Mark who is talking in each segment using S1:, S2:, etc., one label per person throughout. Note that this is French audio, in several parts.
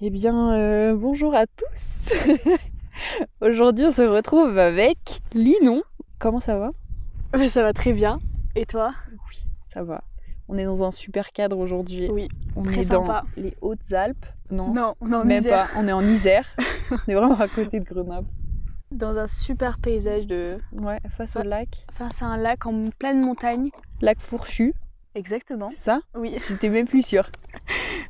S1: Eh bien, euh, bonjour à tous. Aujourd'hui, on se retrouve avec Linon. Comment ça va
S2: Ben, ça va très bien. Et toi
S1: Ça va. On est dans un super cadre aujourd'hui.
S2: Oui,
S1: on
S2: très
S1: est
S2: sympa.
S1: dans les Hautes-Alpes. Non,
S2: on est en
S1: même
S2: Isère.
S1: pas. On est en Isère. on est vraiment à côté de Grenoble.
S2: Dans un super paysage de.
S1: Ouais, face au
S2: Ouais.
S1: lac.
S2: Enfin, c'est un lac en pleine montagne.
S1: Lac Fourchu,
S2: Exactement.
S1: c'est ça
S2: Oui,
S1: J'étais même plus sûre.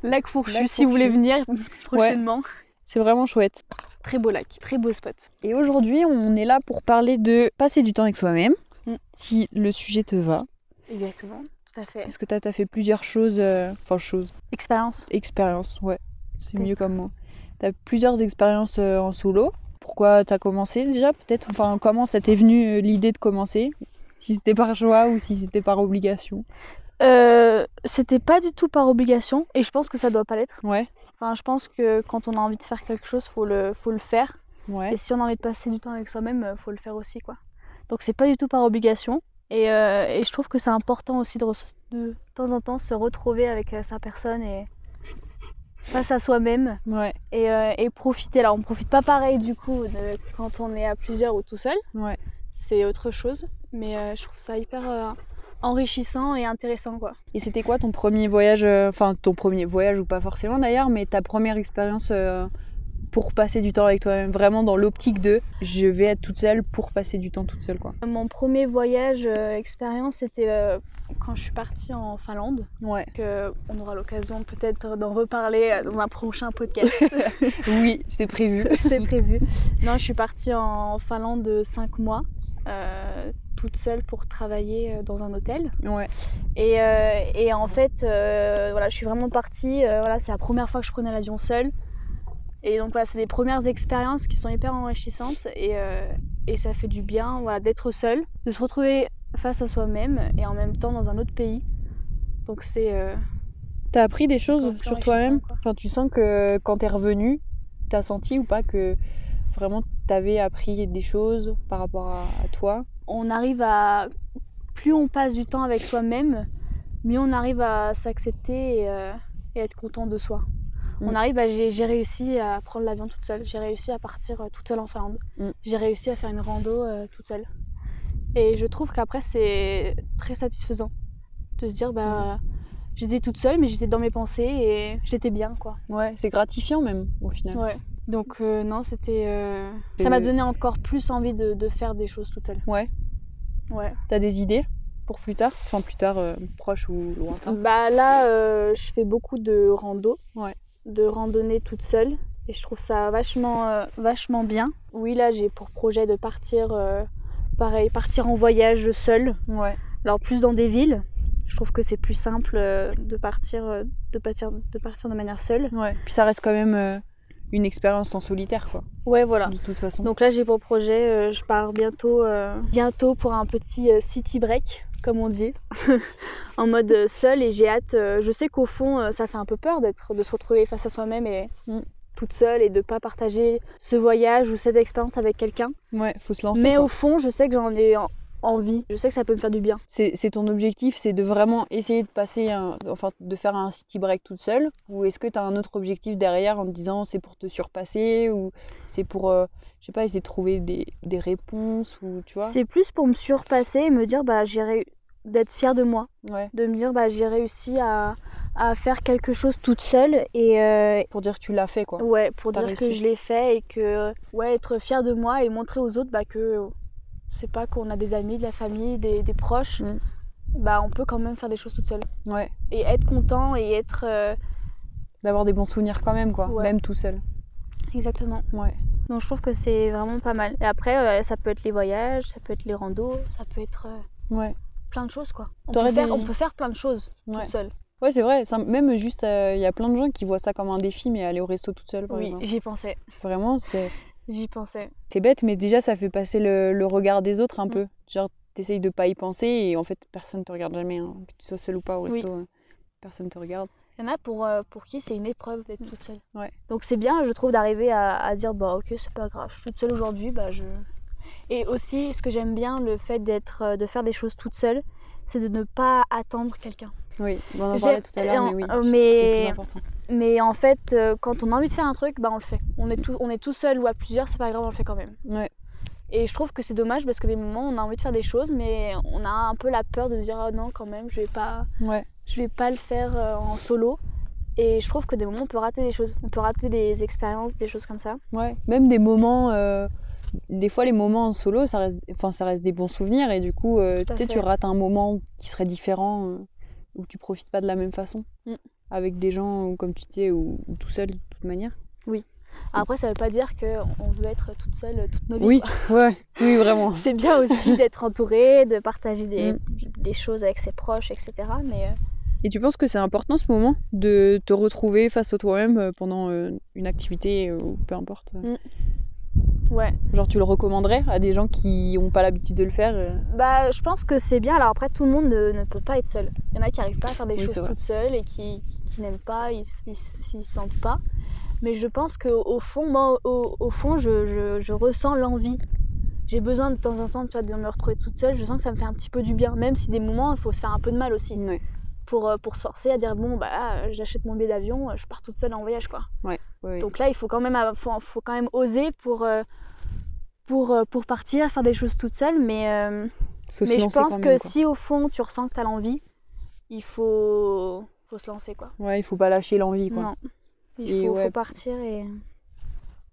S2: lac Fourchu,
S1: Lac
S2: si vous voulez
S1: Fourchu.
S2: venir prochainement.
S1: C'est vraiment chouette.
S2: Très beau lac, très beau spot.
S1: Et aujourd'hui, on est là pour parler de passer du temps avec soi-même.
S2: Mm.
S1: Si le sujet te va,
S2: Exactement, tout à fait.
S1: parce que t'as as fait plusieurs choses, euh, enfin choses,
S2: Expérience.
S1: expériences, ouais, c'est
S2: Peut-être.
S1: mieux comme mot. T'as plusieurs expériences euh, en solo. Pourquoi t'as commencé déjà Peut-être, enfin, comment ça t'est venu euh, l'idée de commencer Si c'était par choix ou si c'était par obligation
S2: Euh, C'était pas du tout par obligation et je pense que ça doit pas l'être.
S1: Ouais,
S2: Enfin, je pense que quand on a envie de faire quelque chose, faut le, faut le faire.
S1: ouais.
S2: Et si on a envie de passer du temps avec soi-même, euh, faut le faire aussi, quoi. Donc c'est pas du tout par obligation. Et, euh, et je trouve que c'est important aussi de, re- de temps en temps se retrouver avec euh, sa personne et face à soi-même
S1: Ouais,
S2: et, euh, et profiter. Alors on profite pas pareil du coup de- quand on est à plusieurs ou tout seul.
S1: Ouais.
S2: C'est autre chose. Mais euh, je trouve ça hyper euh, enrichissant et intéressant, quoi.
S1: Et c'était quoi ton premier voyage euh, Enfin, ton premier voyage ou pas forcément d'ailleurs, mais ta première expérience euh, pour passer du temps avec toi-même, vraiment dans l'optique de je vais être toute seule pour passer du temps toute seule quoi.
S2: Mon premier voyage euh, expérience, c'était euh, quand je suis partie en Finlande.
S1: Ouais.
S2: que on aura l'occasion peut-être d'en reparler euh, dans un prochain podcast.
S1: Oui, c'est prévu.
S2: C'est prévu. Non, je suis partie en Finlande de 5 mois, euh, toute seule pour travailler euh, dans un hôtel.
S1: Ouais.
S2: Et, euh, et en fait, euh, voilà, je suis vraiment partie. euh, voilà, c'est la première fois que je prenais l'avion seule. Et donc voilà, c'est des premières expériences qui sont hyper enrichissantes et, euh, et ça fait du bien voilà, d'être seule, de se retrouver face à soi-même et en même temps dans un autre pays. Donc c'est... euh,
S1: T'as appris des choses
S2: Encore plus
S1: sur toi-même
S2: enrichissant, quoi.
S1: Enfin, tu sens que quand t'es revenu, t'as senti ou pas que vraiment t'avais appris des choses par rapport à, à toi
S2: on arrive à plus on passe du temps avec soi-même, mieux on arrive à s'accepter et, euh, et être content de soi. On
S1: Mm.
S2: arrive à j'ai j'ai réussi à prendre l'avion toute seule, j'ai réussi à partir euh, toute seule en Finlande,
S1: Mm.
S2: j'ai réussi à faire une rando euh, toute seule. Et je trouve qu'après c'est très satisfaisant de se dire
S1: Mm.
S2: bah j'étais toute seule mais j'étais dans mes pensées et j'étais bien quoi.
S1: Ouais, c'est gratifiant même au final.
S2: Ouais. Donc euh, non c'était euh,
S1: Mm. Et-
S2: ça m'a donné encore plus envie de, de faire des choses toute seule.
S1: Ouais.
S2: Ouais.
S1: T'as des idées pour plus tard Enfin, plus tard, euh, proche ou lointain
S2: Bah là, euh, je fais beaucoup de rando,
S1: Ouais.
S2: de randonnée toute seule, et je trouve ça vachement, euh, vachement bien. Oui, là, j'ai pour projet de partir, euh, pareil, partir en voyage seule.
S1: Ouais.
S2: Alors plus dans des villes, je trouve que c'est plus simple euh, de partir, euh, de partir, de partir de manière seule.
S1: Ouais. Puis ça reste quand même euh, une expérience en solitaire, quoi.
S2: Ouais, voilà.
S1: De toute façon.
S2: Donc là, j'ai pour projet, euh, je pars bientôt, euh, bientôt pour un petit euh, city break, comme on dit, en mode euh, seule. Et j'ai hâte. euh, je sais qu'au fond, euh, ça fait un peu peur d'être, de se retrouver face à soi-même et
S1: Mm.
S2: toute seule et de pas partager ce voyage ou cette expérience avec quelqu'un.
S1: ouais, faut se lancer.
S2: Mais
S1: quoi.
S2: au fond, je sais que j'en ai en- envie. Je sais que ça peut me faire du bien.
S1: C'est c'est ton objectif, c'est de vraiment essayer de passer, un, enfin, de faire un city break toute seule, ou est-ce que t'as un autre objectif derrière en te disant c'est pour te surpasser ou c'est pour, euh, je sais pas, essayer de trouver des, des réponses ou tu vois
S2: C'est plus pour me surpasser et me dire, bah, j'ai réu- d'être fière de moi,
S1: Ouais.
S2: de me dire, bah, j'ai réussi à, à faire quelque chose toute seule et, euh,
S1: Pour dire que tu l'as fait quoi.
S2: Ouais, pour
S1: T'as
S2: dire que
S1: réussi.
S2: je l'ai fait et que ouais, être fier de moi et montrer aux autres bah, que c'est pas qu'on a des amis, de la famille, des, des proches,
S1: Mm.
S2: bah on peut quand même faire des choses toute seule
S1: Ouais.
S2: et être content et être euh,
S1: D'avoir des bons souvenirs quand même quoi,
S2: Ouais.
S1: même tout seul.
S2: exactement.
S1: Ouais.
S2: Donc je trouve que c'est vraiment pas mal. Et après euh, ça peut être les voyages, ça peut être les randos, ça peut être euh,
S1: Ouais.
S2: plein de choses quoi. On
S1: T'aurais
S2: peut, faire,
S1: des-
S2: on peut faire plein de choses
S1: Ouais.
S2: toute seule.
S1: Ouais, c'est vrai. ça- même juste, euh, il y a plein de gens qui voient ça comme un défi, mais aller au resto toute seule par
S2: Oui,
S1: exemple.
S2: j'y pensais,
S1: Vraiment, c'est.
S2: j'y pensais.
S1: C'est bête, mais déjà, ça fait passer le, le regard des
S2: Mm.
S1: autres un peu. Genre, t'essayes de pas y penser et en fait, personne te regarde jamais. hein. Que tu sois seul ou pas au
S2: Oui.
S1: resto, euh, personne te regarde.
S2: Il y en a pour, euh, pour qui c'est une épreuve d'être toute seule.
S1: Mm. Ouais.
S2: Donc c'est bien, je trouve, d'arriver à, à dire bah ok, c'est pas grave, je suis toute seule aujourd'hui, bah je. Et aussi, ce que j'aime bien, le fait d'être, euh, de faire des choses toute seule, c'est de ne pas attendre quelqu'un.
S1: Oui, bon, on en
S2: J'ai-
S1: parlait tout à l'heure,
S2: euh,
S1: mais oui,
S2: euh,
S1: je- c'est
S2: mais-
S1: plus important.
S2: Mais en fait, euh, quand on a envie de faire un truc, bah on le fait. On est tout, on est tout seul ou à plusieurs, c'est pas grave, on le fait quand même.
S1: Ouais.
S2: Et je trouve que c'est dommage parce que des moments, on a envie de faire des choses, mais on a un peu la peur de se dire Ah non, quand même, je vais pas,
S1: Ouais,
S2: je vais pas le faire euh, en solo. Et je trouve que des moments, on peut rater des choses. On peut rater des expériences, des choses comme ça.
S1: ouais. Même des moments, euh, des fois les moments en solo, ça reste, enfin, ça reste des bons souvenirs et du coup, euh,
S2: Tout à
S1: tu sais, tu
S2: fait.
S1: rates un moment qui serait différent, euh, où tu profites pas de la même façon,
S2: Mm.
S1: avec des gens ou comme tu dis, ou, ou tout seul de toute manière.
S2: Après, ça veut pas dire qu'on veut être toute seule euh, toute nos vies.
S1: Oui,
S2: quoi.
S1: ouais, oui, vraiment.
S2: C'est bien aussi d'être entouré, de partager des,
S1: Mm.
S2: des choses avec ses proches, etc. Mais euh,
S1: Et tu penses que c'est important ce moment de te retrouver face à toi-même euh, pendant euh, une activité euh, ou peu importe euh.
S2: ouais.
S1: Genre tu le recommanderais à des gens qui n'ont pas l'habitude de le faire euh
S2: Bah, je pense que c'est bien. Alors après, tout le monde ne, ne peut pas être seul. Il y en a qui n'arrivent pas à faire des
S1: Oui, c'est
S2: choses
S1: vrai.
S2: toutes seules et qui, qui, qui n'aiment pas, ils ils- s'y sentent pas. Mais je pense qu'au au fond, moi, au, au fond, je, je, je ressens l'envie. J'ai besoin de temps en temps, tu vois, de me retrouver toute seule. Je sens que ça me fait un petit peu du bien, même si des moments, il faut se faire un peu de mal aussi
S1: Ouais.
S2: pour, euh, pour se forcer à dire bon, bah, là, j'achète mon billet d'avion, euh, je pars toute seule en voyage, quoi.
S1: Ouais,
S2: Donc là, il faut quand même, avoir- faut, faut quand même oser pour, euh, pour, euh, pour partir, faire des choses toute seule, mais euh,
S1: faut se
S2: mais je
S1: lancer
S2: pense
S1: quand
S2: que
S1: même, quoi.
S2: si au fond tu ressens que t'as l'envie, il faut... faut se lancer quoi.
S1: Ouais, il faut pas lâcher l'envie quoi.
S2: Non. Il
S1: Et
S2: faut,
S1: ouais.
S2: faut partir et,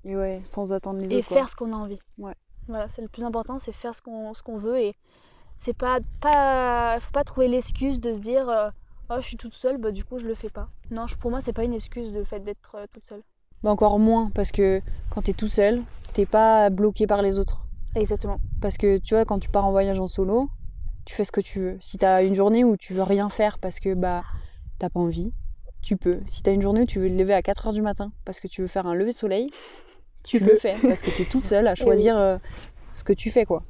S1: Et ouais, sans attendre les
S2: et
S1: autres. quoi.
S2: faire ce qu'on a envie.
S1: Ouais.
S2: Voilà, c'est le plus important, c'est faire ce qu'on ce qu'on veut et c'est pas pas faut pas trouver l'excuse de se dire euh, oh je suis toute seule bah du coup je le fais pas. Non, je- pour moi c'est pas une excuse le fait d'être euh, toute seule.
S1: Bah, encore moins parce que quand t'es tout seul, t'es pas bloqué par les autres.
S2: Exactement.
S1: Parce que tu vois, quand tu pars en voyage en solo, tu fais ce que tu veux. Si t'as une journée où tu veux rien faire parce que bah t'as pas envie, tu peux. Si t'as une journée où tu veux te lever à 4h du matin parce que tu veux faire un lever de soleil, tu,
S2: peux. Eh
S1: le fais parce que t'es toute seule à choisir euh, ce que tu fais quoi.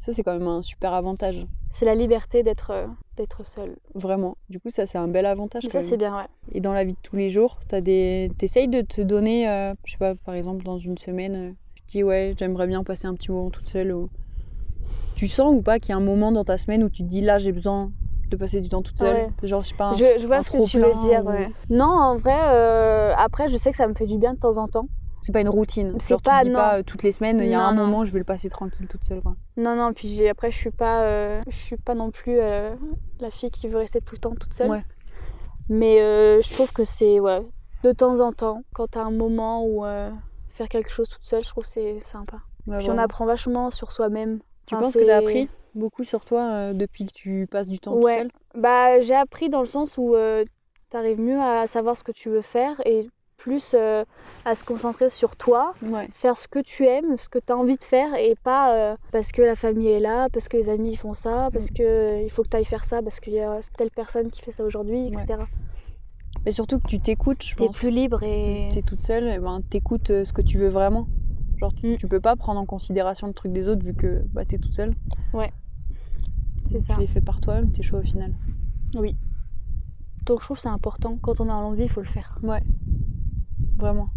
S1: Ça c'est quand même un super avantage,
S2: C'est la liberté d'être euh, d'être seule.
S1: vraiment. Du coup ça c'est un bel avantage.
S2: Mais
S1: quand
S2: ça
S1: même.
S2: c'est bien ouais.
S1: Et dans la vie de tous les jours, t'as des... t'essayes de te donner, euh, je sais pas, par exemple, dans une semaine, euh, tu te dis ouais, j'aimerais bien passer un petit moment toute seule. ou- Tu sens ou pas qu'il y a un moment dans ta semaine où tu te dis là, j'ai besoin de passer du temps toute seule
S2: Ouais.
S1: Genre, je sais pas, un,
S2: Je, je vois
S1: un
S2: ce que tu veux
S1: trop-plein
S2: dire.
S1: ou-
S2: ouais. Non, en vrai, euh, après, je sais que ça me fait du bien de temps en temps.
S1: C'est pas une routine.
S2: C'est
S1: Genre, tu
S2: pas-
S1: te dis
S2: non.
S1: pas euh, toutes les semaines, il y a
S2: Non,
S1: un
S2: non.
S1: moment, je vais le passer tranquille toute seule. Quoi.
S2: Non, non, puis j'ai- après, je suis pas, euh, je suis pas non plus euh, la fille qui veut rester tout le temps toute seule.
S1: Ouais.
S2: Mais euh, je trouve que c'est, ouais, de temps en temps, quand t'as un moment où euh, faire quelque chose toute seule, je trouve que c'est sympa.
S1: Ah Ouais,
S2: Puis on
S1: vraiment.
S2: apprend vachement sur soi-même.
S1: Tu
S2: Enfin,
S1: penses que t'as
S2: c'est-
S1: appris beaucoup sur toi euh, depuis que tu passes du temps
S2: Ouais.
S1: toute seule
S2: Bah, j'ai appris dans le sens où euh, t'arrives mieux à savoir ce que tu veux faire et plus euh, à se concentrer sur toi
S1: Ouais,
S2: faire ce que tu aimes, ce que tu as envie de faire et pas euh, parce que la famille est là, parce que les amis ils font ça,
S1: Mm.
S2: parce que euh, il faut que tu ailles faire ça, parce qu'il y a telle personne qui fait ça aujourd'hui, etc.
S1: mais surtout que tu t'écoutes, je
S2: T'es
S1: pense. Mm.
S2: plus libre et
S1: t'es toute seule, et ben t'écoutes euh, ce que tu veux vraiment. Genre
S2: Mm.
S1: tu, tu peux pas prendre en considération le truc des autres vu que bah t'es toute seule.
S2: c'est ça.
S1: Tu les fais par toi-même, t'es chaud au final.
S2: Donc je trouve que c'est important. Quand on a envie, il faut le faire.
S1: Vraiment.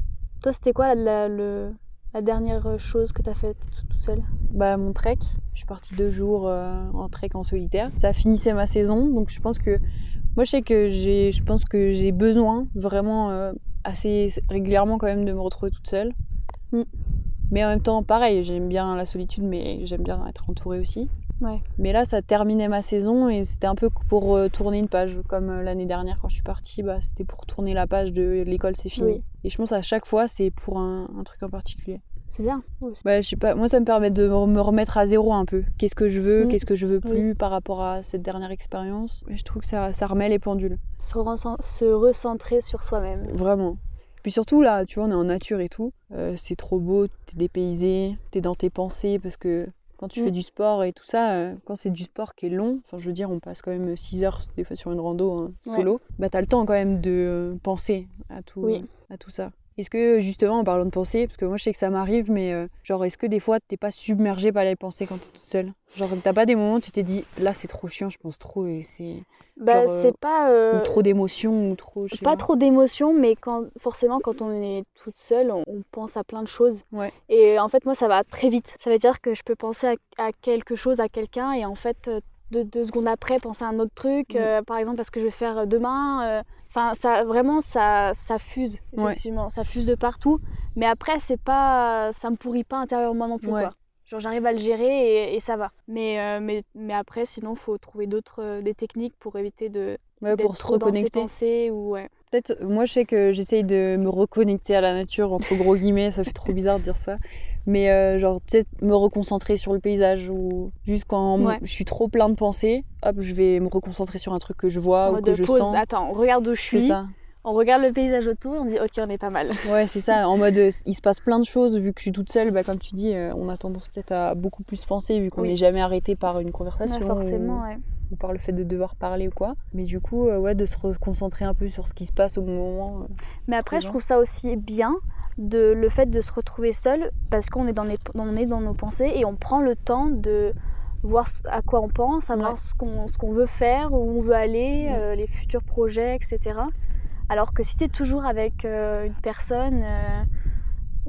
S2: Toi, c'était quoi la, la- le- la dernière chose que t'as fait t- toute seule
S1: Bah mon trek, je suis partie deux jours euh, en trek en solitaire. Ça finissait ma saison, donc je pense que moi je sais que j'ai, je pense que j'ai besoin vraiment euh, assez régulièrement quand même de me retrouver toute seule.
S2: Mm.
S1: Mais en même temps, pareil, j'aime bien la solitude, mais j'aime bien être entourée aussi.
S2: Ouais.
S1: Mais là, ça terminait ma saison et c'était un peu pour euh, tourner une page. Comme euh, l'année dernière, quand je suis partie, bah, c'était pour tourner la page de l'école, c'est fini.
S2: Oui.
S1: Et je pense à chaque fois, c'est pour un- un truc en particulier.
S2: C'est bien. Oui, c'est-
S1: Bah, je sais pas, moi ça me permet de me remettre à zéro un peu. Qu'est-ce que je veux,
S2: Mm.
S1: qu'est-ce que je veux plus par rapport à cette dernière expérience. Et Je trouve que ça, ça remet les pendules,
S2: Se, recen- se recentrer sur soi-même.
S1: vraiment. Puis surtout là, tu vois, on est en nature et tout. Euh, c'est trop beau, t'es dépaysé, t'es dans tes pensées parce que quand tu
S2: Mm.
S1: fais du sport et tout ça, euh, quand c'est du sport qui est long, enfin je veux dire, on passe quand même 6 heures des fois sur une rando hein,
S2: Ouais.
S1: solo, bah t'as le temps quand même de euh, penser à tout,
S2: Oui.
S1: à tout ça. Est-ce que justement en parlant de pensée, parce que moi je sais que ça m'arrive, mais euh, genre est-ce que des fois t'es pas submergée par les pensées quand t'es toute seule Genre t'as pas des moments où tu t'es dit là c'est trop chiant, je pense trop et c'est
S2: Bah,
S1: Genre, euh,
S2: c'est pas. euh,
S1: ou trop d'émotions ou trop je sais
S2: pas trop d'émotions, mais quand, forcément, quand on est toute seule, on, on pense à plein de choses.
S1: Ouais.
S2: Et euh, en fait, moi, ça va très vite. Ça veut dire que je peux penser à, à quelque chose, à quelqu'un, et en fait, euh, de deux secondes après penser à un autre
S1: Mm.
S2: truc, euh, par exemple à ce que je vais faire demain. euh. Enfin, ça vraiment ça, ça fuse
S1: Ouais.
S2: effectivement, ça fuse de partout. Mais après c'est pas, ça me pourrit pas intérieurement non plus
S1: Ouais.
S2: quoi. Genre j'arrive à le gérer et, et ça va. Mais, euh, mais mais après sinon faut trouver d'autres euh, des techniques pour éviter de
S1: Ouais,
S2: d'être
S1: pour se
S2: trop dans ses
S1: reconnecter.
S2: pensées ou ouais.
S1: Peut-être, moi je sais que j'essaye de me reconnecter à la nature, entre gros guillemets, ça fait trop bizarre de dire ça. Mais euh, genre, peut-être me reconcentrer sur le paysage ou juste quand m-
S2: Ouais.
S1: je suis trop plein de pensées, hop, je vais me reconcentrer sur un truc que je vois
S2: En
S1: ou
S2: mode
S1: que je
S2: pause.
S1: sens.
S2: Attends, on regarde où je
S1: C'est
S2: suis.
S1: ça.
S2: On regarde le paysage autour. On dit ok on est pas mal.
S1: Ouais, c'est ça. En mode, euh, il se passe plein de choses vu que je suis toute seule. Bah, comme tu dis, euh, on a tendance peut-être à beaucoup plus penser vu qu'on
S2: Oui.
S1: n'est jamais arrêté par une conversation.
S2: Ouais,
S1: ou-
S2: forcément ouais.
S1: ou par le fait de devoir parler ou quoi. Mais du coup, euh, ouais, de se reconcentrer un peu sur ce qui se passe au moment. euh.
S2: Mais après, je
S1: Présent.
S2: trouve ça aussi bien de le fait de se retrouver seul parce qu'on est dans, les- on est dans nos pensées et on prend le temps de voir ce- à quoi on pense, savoir
S1: Ouais. Mm.
S2: ce qu'on ce qu'on veut faire, où on veut aller,
S1: Ouais.
S2: euh, les futurs projets, etc. Alors que si tu es toujours avec euh, une personne, euh,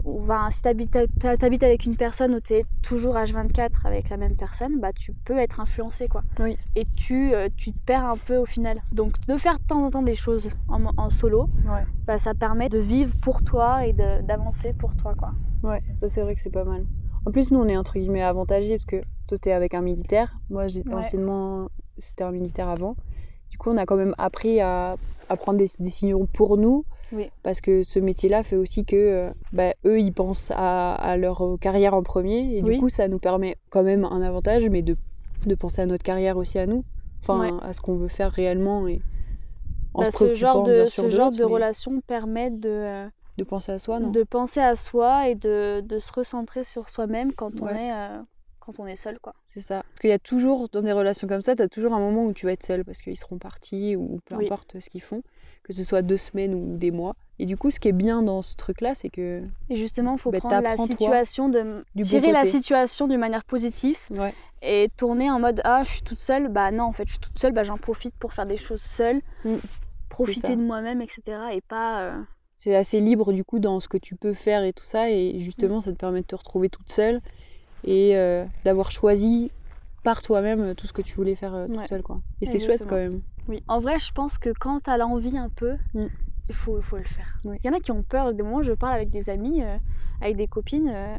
S2: ou ben, si tu habites, avec une personne où tu es toujours H24 avec la même personne, bah, tu peux être influencé. Quoi.
S1: Oui.
S2: Et tu, euh, tu te perds un peu au final. Donc de faire de temps en temps des choses en, en solo,
S1: Ouais.
S2: bah, ça permet de vivre pour toi et de- d'avancer pour toi. Quoi.
S1: Ouais, ça c'est vrai que c'est pas mal. En plus, nous, on est entre guillemets avantagés parce que toi, t'es avec un militaire. Moi, j'ai
S2: Ouais.
S1: anciennement, c'était un militaire avant. Du coup, on a quand même appris à, à prendre des décisions pour nous.
S2: Oui.
S1: Parce que ce métier-là fait aussi que euh, bah, eux, ils pensent à, à leur euh, carrière en premier. Et
S2: Oui.
S1: du coup, ça nous permet quand même un avantage, mais de, de penser à notre carrière aussi à nous. Enfin,
S2: Ouais.
S1: à ce qu'on veut faire réellement. Et en
S2: Bah,
S1: se
S2: ce genre
S1: préoccupant,
S2: de,
S1: bien sûr,
S2: ce genre
S1: l'autre,
S2: de
S1: mais
S2: relation permet de, euh,
S1: de penser à soi, Oh, non
S2: de penser à soi et de, de se recentrer sur soi-même quand, on
S1: Ouais.
S2: est, euh, quand on est seul. Quoi.
S1: C'est ça. Parce qu'il y a toujours, dans des relations comme ça, tu as toujours un moment où tu vas être seule parce qu'ils seront partis ou peu
S2: Oui.
S1: importe ce qu'ils font, que ce soit deux semaines ou des mois. Et du coup, ce qui est bien dans ce truc-là, c'est que.
S2: Et justement, il faut
S1: Bah,
S2: prendre la
S1: t'apprends, toi,
S2: situation de
S1: du bon
S2: tirer la
S1: côté.
S2: situation d'une manière positive
S1: Ouais.
S2: et tourner en mode ah je suis toute seule bah non en fait je suis toute seule bah j'en profite pour faire des choses seule
S1: Mm,
S2: profiter
S1: ça.
S2: de moi-même etc et pas euh,
S1: C'est assez libre, du coup, dans ce que tu peux faire et tout ça. Et justement,
S2: Mm.
S1: ça te permet de te retrouver toute seule et euh, d'avoir choisi par toi-même tout ce que tu voulais faire euh, toute
S2: Ouais.
S1: seule, quoi. Et c'est chouette
S2: Exactement.
S1: quand même.
S2: oui en vrai je pense que quand t'as l'envie un peu
S1: Mm.
S2: il faut il faut le faire il
S1: Oui.
S2: y en a qui ont peur des moments je parle avec des amis euh, avec des copines euh,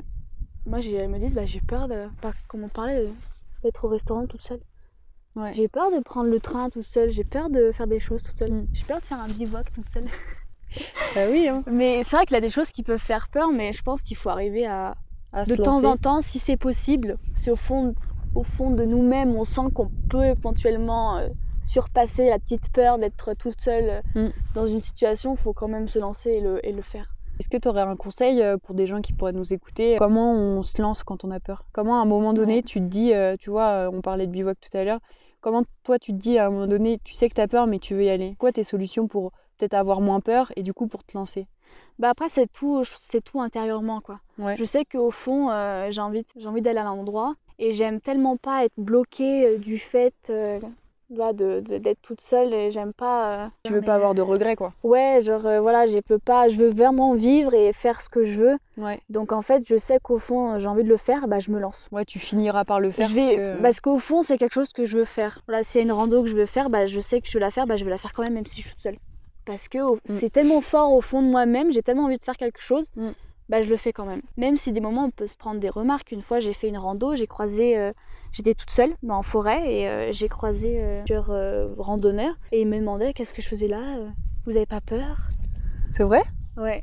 S2: moi j'ai- elles me disent bah j'ai peur de par- comment parler euh, d'être au restaurant toute seule
S1: Ouais.
S2: j'ai peur de prendre le train toute seule j'ai peur de faire des choses toute seule
S1: Mm.
S2: j'ai peur de faire un bivouac toute seule
S1: Bah oui, hein.
S2: mais c'est vrai qu'il y a des choses qui peuvent faire peur mais je pense qu'il faut arriver à
S1: À
S2: de
S1: se
S2: temps
S1: lancer.
S2: en temps, si c'est possible, si au fond, au fond de nous-mêmes, on sent qu'on peut éventuellement euh, surpasser la petite peur d'être toute seule euh,
S1: Mm.
S2: dans une situation, faut quand même se lancer et le, et le faire.
S1: Est-ce que tu aurais un conseil euh, pour des gens qui pourraient nous écouter euh, Comment on se lance quand on a peur Comment à un moment donné,
S2: Ouais.
S1: tu te dis, euh, tu vois, euh, on parlait de bivouac tout à l'heure, comment toi tu te dis à un moment donné, tu sais que tu as peur mais tu veux y aller Quoi tes solutions pour peut-être avoir moins peur et du coup pour te lancer
S2: Bah après, c'est tout, c'est tout intérieurement, quoi.
S1: Ouais.
S2: Je sais qu'au fond, euh, j'ai envie, j'ai envie d'aller à l'endroit et j'aime tellement pas être bloquée euh, du fait euh, bah, de- de- d'être toute seule et j'aime pas... euh,
S1: Tu veux
S2: mais,
S1: pas
S2: euh,
S1: avoir de regrets quoi
S2: Ouais, genre euh, voilà, je peux pas, je veux vraiment vivre et faire ce que je veux.
S1: Ouais.
S2: Donc en fait, je sais qu'au fond, j'ai envie de le faire, bah je me lance.
S1: Ouais, tu finiras par le faire.
S2: je vais... bah,
S1: parce que-
S2: Parce qu'au fond, c'est quelque chose que je veux faire. Voilà, s'il y a une rando que je veux faire, bah je sais que je veux la faire, bah je vais la faire quand même, même si je suis toute seule. Parce que au- c'est tellement fort au fond de moi-même, j'ai tellement envie de faire quelque chose,
S1: Mm.
S2: bah je le fais quand même. Même si des moments, on peut se prendre des remarques. Une fois, j'ai fait une rando, j'ai croisé, euh, j'étais toute seule dans la forêt et euh, j'ai croisé euh, plusieurs euh, randonneurs et ils me demandaient qu'est-ce que je faisais là. euh, Vous avez pas peur
S1: C'est vrai
S2: Ouais.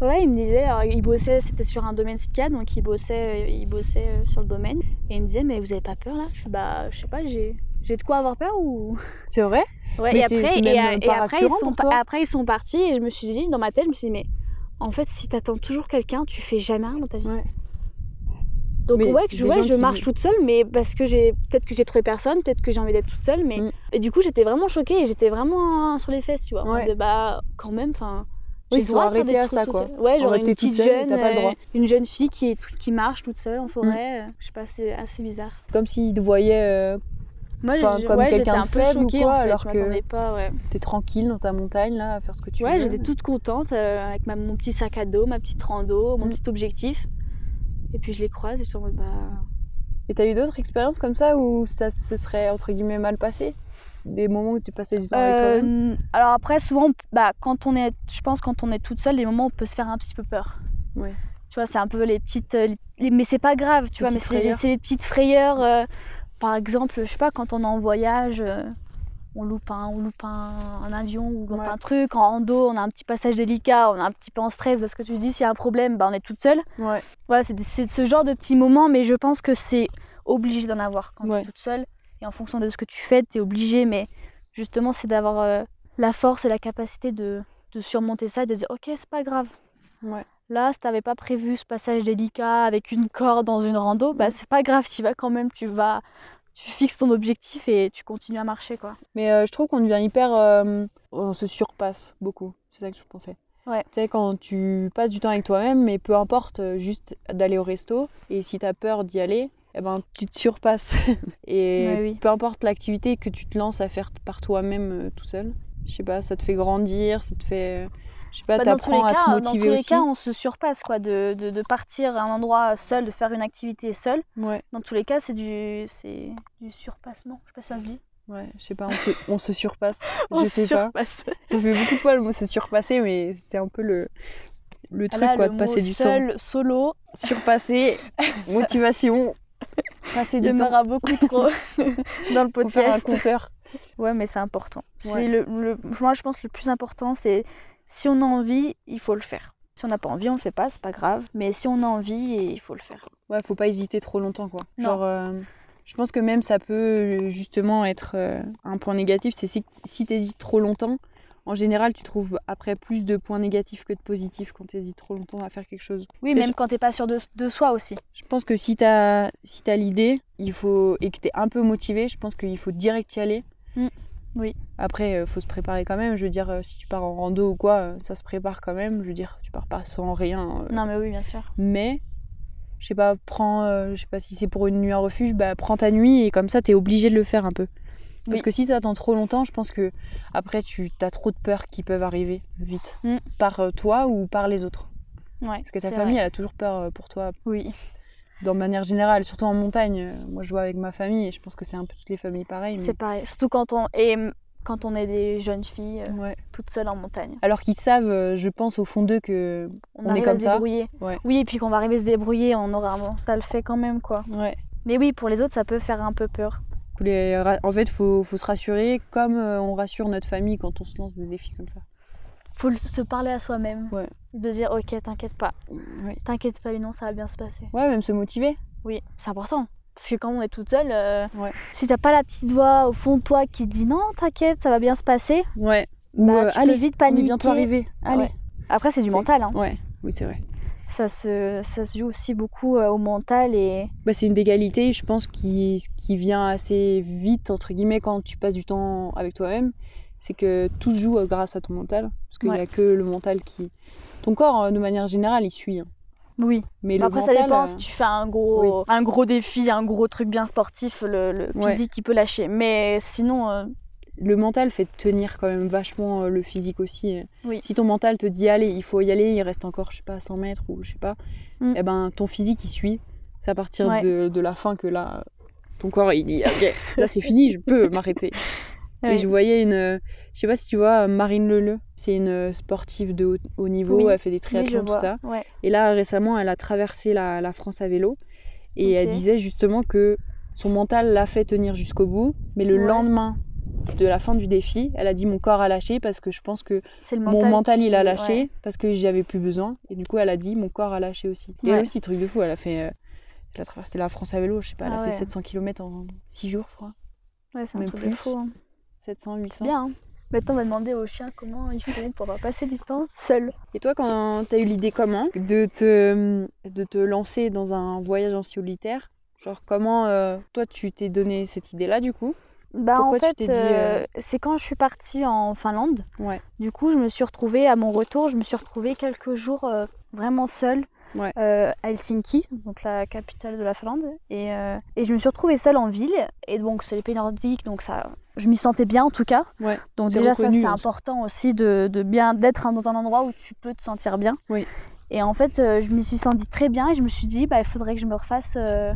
S2: Ouais, il me disait, alors il bossait, c'était sur un domaine SICA, donc il bossait, euh, il bossait euh, sur le domaine. Et il me disait, mais vous avez pas peur là Je fais, bah, je sais pas, j'ai, j'ai de quoi avoir peur ou.
S1: C'est vrai
S2: Ouais,
S1: Mais
S2: et
S1: c'est-
S2: après,
S1: c'est
S2: et,
S1: même,
S2: a-
S1: euh,
S2: et
S1: pas
S2: après, ils
S1: rassurant
S2: sont,
S1: pour
S2: pa-
S1: toi.
S2: après, ils sont partis et je me suis dit, dans ma tête, je me suis dit, mais en fait, si t'attends toujours quelqu'un, tu fais jamais rien dans ta vie.
S1: Ouais.
S2: Donc,
S1: Mais
S2: ouais,
S1: c'est
S2: je,
S1: des
S2: ouais,
S1: gens
S2: je
S1: qui-
S2: marche toute seule, mais parce que j'ai peut-être que j'ai trouvé personne, peut-être que j'ai envie d'être toute seule, mais.
S1: Mm.
S2: Et du coup, j'étais vraiment choquée et j'étais vraiment sur les fesses, tu vois. en
S1: Ouais.
S2: mode, bah, quand même, enfin.
S1: Oui,
S2: j'ai
S1: ils
S2: le
S1: sont
S2: droit de faire
S1: arrêtés
S2: des
S1: à
S2: trucs
S1: ça,
S2: toute
S1: quoi.
S2: seule. Ouais, genre
S1: Aurait
S2: une
S1: été toute
S2: petite
S1: seule,
S2: jeune,
S1: t'as pas le
S2: euh,
S1: droit. Mm.
S2: une jeune fille qui, est tout- qui marche toute seule en forêt. euh, je sais pas, c'est assez bizarre.
S1: Comme s'ils te voyaient, euh,
S2: Moi,
S1: Enfin,
S2: j'ai-
S1: comme
S2: ouais,
S1: quelqu'un
S2: j'étais
S1: de
S2: un peu
S1: faible ou
S2: choquée,
S1: quoi,
S2: en fait,
S1: alors
S2: je
S1: que-
S2: m'attendais pas, ouais.
S1: t'es tranquille dans ta montagne là, à faire ce que tu
S2: ouais,
S1: veux.
S2: j'étais toute contente euh, avec ma, mon petit sac à dos, ma petite rando, mon
S1: Mm.
S2: petit objectif. Et puis je les croise et je suis en mode, bah,
S1: Et t'as eu d'autres expériences comme ça où ça se serait entre guillemets mal passé Des moments où tu passais du temps avec
S2: Euh,
S1: toi-même
S2: alors après, souvent, bah, quand on est, je pense, quand on est toute seule, les moments, on peut se faire un petit peu peur.
S1: Ouais.
S2: Tu vois, c'est un peu les petites, euh, les- les- mais c'est pas grave, tu
S1: Les
S2: vois, mais
S1: petites
S2: c'est
S1: frayeurs.
S2: c'est les petites frayeurs. euh, par exemple, je sais pas, quand on est en voyage, euh, on loupe un, on loupe un, un avion ou on loupe
S1: Ouais.
S2: un truc, en rando, on a un petit passage délicat, on est un petit peu en stress parce que tu te dis s'il y a un problème, bah, on est toute seule.
S1: Ouais.
S2: Voilà, c'est des- c'est ce genre de petits moments, mais je pense que c'est obligé d'en avoir quand
S1: Ouais.
S2: tu es toute seule. Et en fonction de ce que tu fais, tu es obligé, mais justement, c'est d'avoir euh, la force et la capacité de, de surmonter ça et de dire Ok, c'est pas grave.
S1: Ouais.
S2: Là, si t'avais pas prévu ce passage délicat avec une corde dans une rando, bah
S1: Ouais.
S2: c'est pas grave, tu vas quand même, tu vas. Tu fixes ton objectif et tu continues à marcher, quoi.
S1: Mais euh, je trouve qu'on devient hyper. euh, on se surpasse beaucoup. C'est ça que je pensais.
S2: Ouais.
S1: Tu sais, quand tu passes du temps avec toi-même, mais peu importe, euh, juste d'aller au resto, et si t'as peur d'y aller, eh ben, tu te surpasses. et
S2: Ouais, oui.
S1: peu importe l'activité que tu te lances à faire par toi-même euh, tout seul, je sais pas, ça te fait grandir, ça te fait. euh, Je sais pas,
S2: Bah, dans tous les
S1: t'apprends à te
S2: cas, dans tous
S1: motiver
S2: les
S1: aussi.
S2: cas, on se surpasse, quoi, de, de, de partir à un endroit seul, de faire une activité seul.
S1: Ouais,
S2: Dans tous les cas, c'est du, c'est du surpassement. Je sais pas si ça se dit.
S1: ouais, je sais pas, on se, on se surpasse. je sais pas.
S2: pas.
S1: Ça fait beaucoup de fois le mot se surpasser, mais c'est un peu le,
S2: Ah
S1: le truc, quoi, de passer du sang.
S2: seul, solo,
S1: surpasser, motivation, passer
S2: il y
S1: du
S2: en
S1: temps.
S2: aura beaucoup trop dans le
S1: Faut faire un
S2: podcast.
S1: compteur.
S2: Ouais, mais c'est important.
S1: Ouais.
S2: C'est le, le- moi, je pense que le plus important, c'est si on a envie, il faut le faire. Si on n'a pas envie, on le fait pas, c'est pas grave. Mais si on a envie, il faut le faire.
S1: Ouais, faut pas hésiter trop longtemps, quoi.
S2: Non.
S1: Genre, euh, je pense que même ça peut euh, justement être euh, un point négatif, c'est si, si t'hésites trop longtemps, en général, tu trouves après plus de points négatifs que de positifs quand t'hésites trop longtemps à faire quelque chose.
S2: Oui,
S1: T'es
S2: même quand t'es pas sûr de, de soi aussi.
S1: Je pense que si t'as si t'as l'idée, il faut et que t'es un peu motivé, je pense qu'il faut direct y aller.
S2: Mm. Oui.
S1: Après, euh, faut se préparer quand même. Je veux dire, euh, si tu pars en rando ou quoi, euh, ça se prépare quand même. Je veux dire, tu pars pas sans rien. euh,
S2: Non, mais oui, bien sûr.
S1: mais je sais pas prends euh, je sais pas si c'est pour une nuit en refuge bah prends ta nuit et comme ça t'es obligé de le faire un peu parce
S2: Oui.
S1: que si t'attends trop longtemps je pense que après tu as trop de peurs qui peuvent arriver vite
S2: Mm.
S1: par euh, toi ou par les autres
S2: Ouais,
S1: parce que ta
S2: c'est
S1: famille
S2: vrai.
S1: elle a toujours peur euh, pour toi
S2: Oui.
S1: dans manière générale surtout en montagne Euh, moi je vois avec ma famille et je pense que c'est un peu toutes les familles pareilles mais...
S2: C'est pareil. Surtout quand on, et, hum, quand on est des jeunes filles euh,
S1: ouais.
S2: toutes seules en montagne.
S1: alors qu'ils savent euh, je pense au fond d'eux que On est
S2: arrive
S1: comme
S2: à se
S1: ça.
S2: débrouiller.
S1: Ouais.
S2: Oui, et puis qu'on va arriver à se débrouiller, on aura un mental fait quand même, quoi.
S1: ouais
S2: Mais oui, pour les autres, ça peut faire un peu peur.
S1: faut les ra- en fait faut, faut se rassurer comme euh, on rassure notre famille quand on se lance des défis comme ça
S2: Faut le- se parler à soi-même.
S1: Ouais.
S2: De dire, ok, t'inquiète pas,
S1: ouais,
S2: t'inquiète pas, non, ça va bien se passer.
S1: ouais même se motiver
S2: Oui, c'est important. Parce que quand on est toute seule, euh,
S1: Ouais.
S2: si t'as pas la petite voix au fond de toi qui dit non, t'inquiète, ça va bien se passer,
S1: Ouais. Ou
S2: bah,
S1: euh,
S2: tu peux
S1: allez,
S2: vite
S1: on
S2: paniquer.
S1: est bientôt arrivé. Allez.
S2: Ouais. Après, c'est du
S1: C'est-
S2: mental. hein.
S1: Ouais. Oui, c'est vrai.
S2: Ça, se, ça se joue aussi beaucoup euh, au mental et.
S1: Bah, c'est une d'égalité, je pense, qui, qui vient assez vite, entre guillemets, quand tu passes du temps avec toi-même. C'est que tout se joue euh, grâce à ton mental. Parce qu'il n'y a
S2: Ouais.
S1: que le mental qui. Ton corps, euh, de manière générale, il suit. hein.
S2: Oui.
S1: Mais
S2: Bah
S1: le
S2: après,
S1: mental.
S2: ça dépend.
S1: euh,
S2: Si tu fais un gros, un gros défi, un gros truc bien sportif, le, le
S1: Ouais.
S2: physique, il peut lâcher. Mais sinon, euh,
S1: le mental fait tenir quand même vachement euh, le physique aussi.
S2: Oui.
S1: Si ton mental te dit allez, il faut y aller, il reste encore je sais pas 100 mètres ou je sais pas,
S2: Mm.
S1: eh ben ton physique il suit. C'est à partir
S2: Ouais.
S1: de, de la fin que là euh, ton corps il dit ok là c'est fini, je peux m'arrêter. Et
S2: ouais.
S1: je voyais une, euh, je sais pas si tu vois Marine Leleu, c'est une euh, sportive de haut, haut niveau,
S2: Oui.
S1: elle fait des
S2: Oui, je
S1: triathlons tout
S2: vois.
S1: ça.
S2: Ouais.
S1: Et là récemment elle a traversé la, la France à vélo et elle
S2: Ok.
S1: disait justement que son mental l'a fait tenir jusqu'au bout, mais le
S2: Ouais.
S1: lendemain de la fin du défi, elle a dit mon corps a lâché parce que je pense que
S2: C'est le
S1: mon mental il a
S2: qui-
S1: lâché
S2: ouais.
S1: parce que j'y avais plus besoin et du coup elle a dit mon corps a lâché aussi. Et
S2: Ouais.
S1: aussi truc de fou, elle a fait euh, elle a traversé la France à vélo, je sais pas, elle
S2: Ah
S1: a
S2: ouais.
S1: fait 700 km en 6 jours je crois.
S2: Ouais, c'est un
S1: Même
S2: truc
S1: plus.
S2: de fou. hein.
S1: 700 800.
S2: C'est bien. hein. Maintenant, on va demander aux chiens comment ils font pour passer du temps seuls.
S1: Et toi, quand t'as eu l'idée comment de te, de te lancer dans un voyage en solitaire Genre comment euh, toi tu t'es donné cette idée-là du coup
S2: Bah,
S1: Pourquoi
S2: en
S1: tu
S2: fait,
S1: t'es dit,
S2: euh,
S1: euh,
S2: c'est quand je suis partie en Finlande.
S1: Ouais.
S2: Du coup, je me suis retrouvée à mon retour, je me suis retrouvée quelques jours euh, vraiment seule
S1: Ouais.
S2: euh, à Helsinki, donc la capitale de la Finlande, et, euh, et je me suis retrouvée seule en ville. Et donc, c'est les pays nordiques, donc ça, je m'y sentais bien en tout cas.
S1: Ouais.
S2: Donc
S1: C'est
S2: déjà, ça,
S1: reconnu, hein.
S2: c'est
S1: en soi.
S2: important aussi de, de bien d'être dans un endroit où tu peux te sentir bien.
S1: Oui.
S2: Et en fait, euh, je m'y suis sentie très bien et je me suis dit, bah, il faudrait que je me refasse. euh,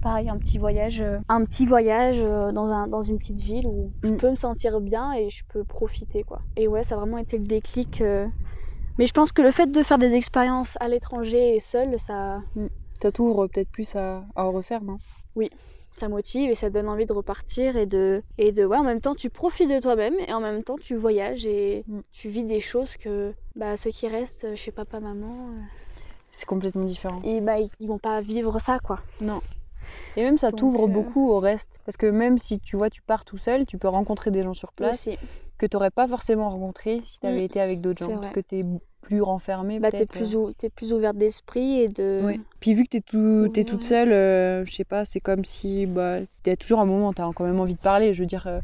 S2: pareil, un petit voyage, euh, un petit voyage euh, dans, un, dans une petite ville où je
S1: Mm.
S2: peux me sentir bien et je peux profiter, quoi. Et ouais, ça a vraiment été le déclic. euh. Mais je pense que le fait de faire des expériences à l'étranger et seul, ça,
S1: Ça t'ouvre peut-être plus à, à en refaire, non
S2: ça motive et ça donne envie de repartir et de et de ouais en même temps tu profites de toi-même et en même temps tu voyages et
S1: Mm.
S2: tu vis des choses que bah ceux qui restent euh, chez papa maman euh,
S1: C'est complètement différent.
S2: et bah ils, ils vont pas vivre ça quoi
S1: Et même ça
S2: Donc,
S1: t'ouvre
S2: euh,
S1: beaucoup au reste. Parce que même si tu vois, tu pars tout seul, tu peux rencontrer des gens sur place
S2: Aussi.
S1: que tu n'aurais pas forcément rencontré si tu avais
S2: Mm.
S1: été avec d'autres gens.
S2: C'est
S1: Parce que
S2: vrai.
S1: tu es plus renfermé.
S2: bah t'es
S1: peut-être, euh,
S2: plus ou- t'es plus ouverte d'esprit et de
S1: Ouais. Puis vu que t'es tout, t'es
S2: Ouais,
S1: toute
S2: ouais.
S1: seule, euh, je sais pas, c'est comme si bah t'as toujours un moment, t'as quand même envie de parler. Je veux dire, euh,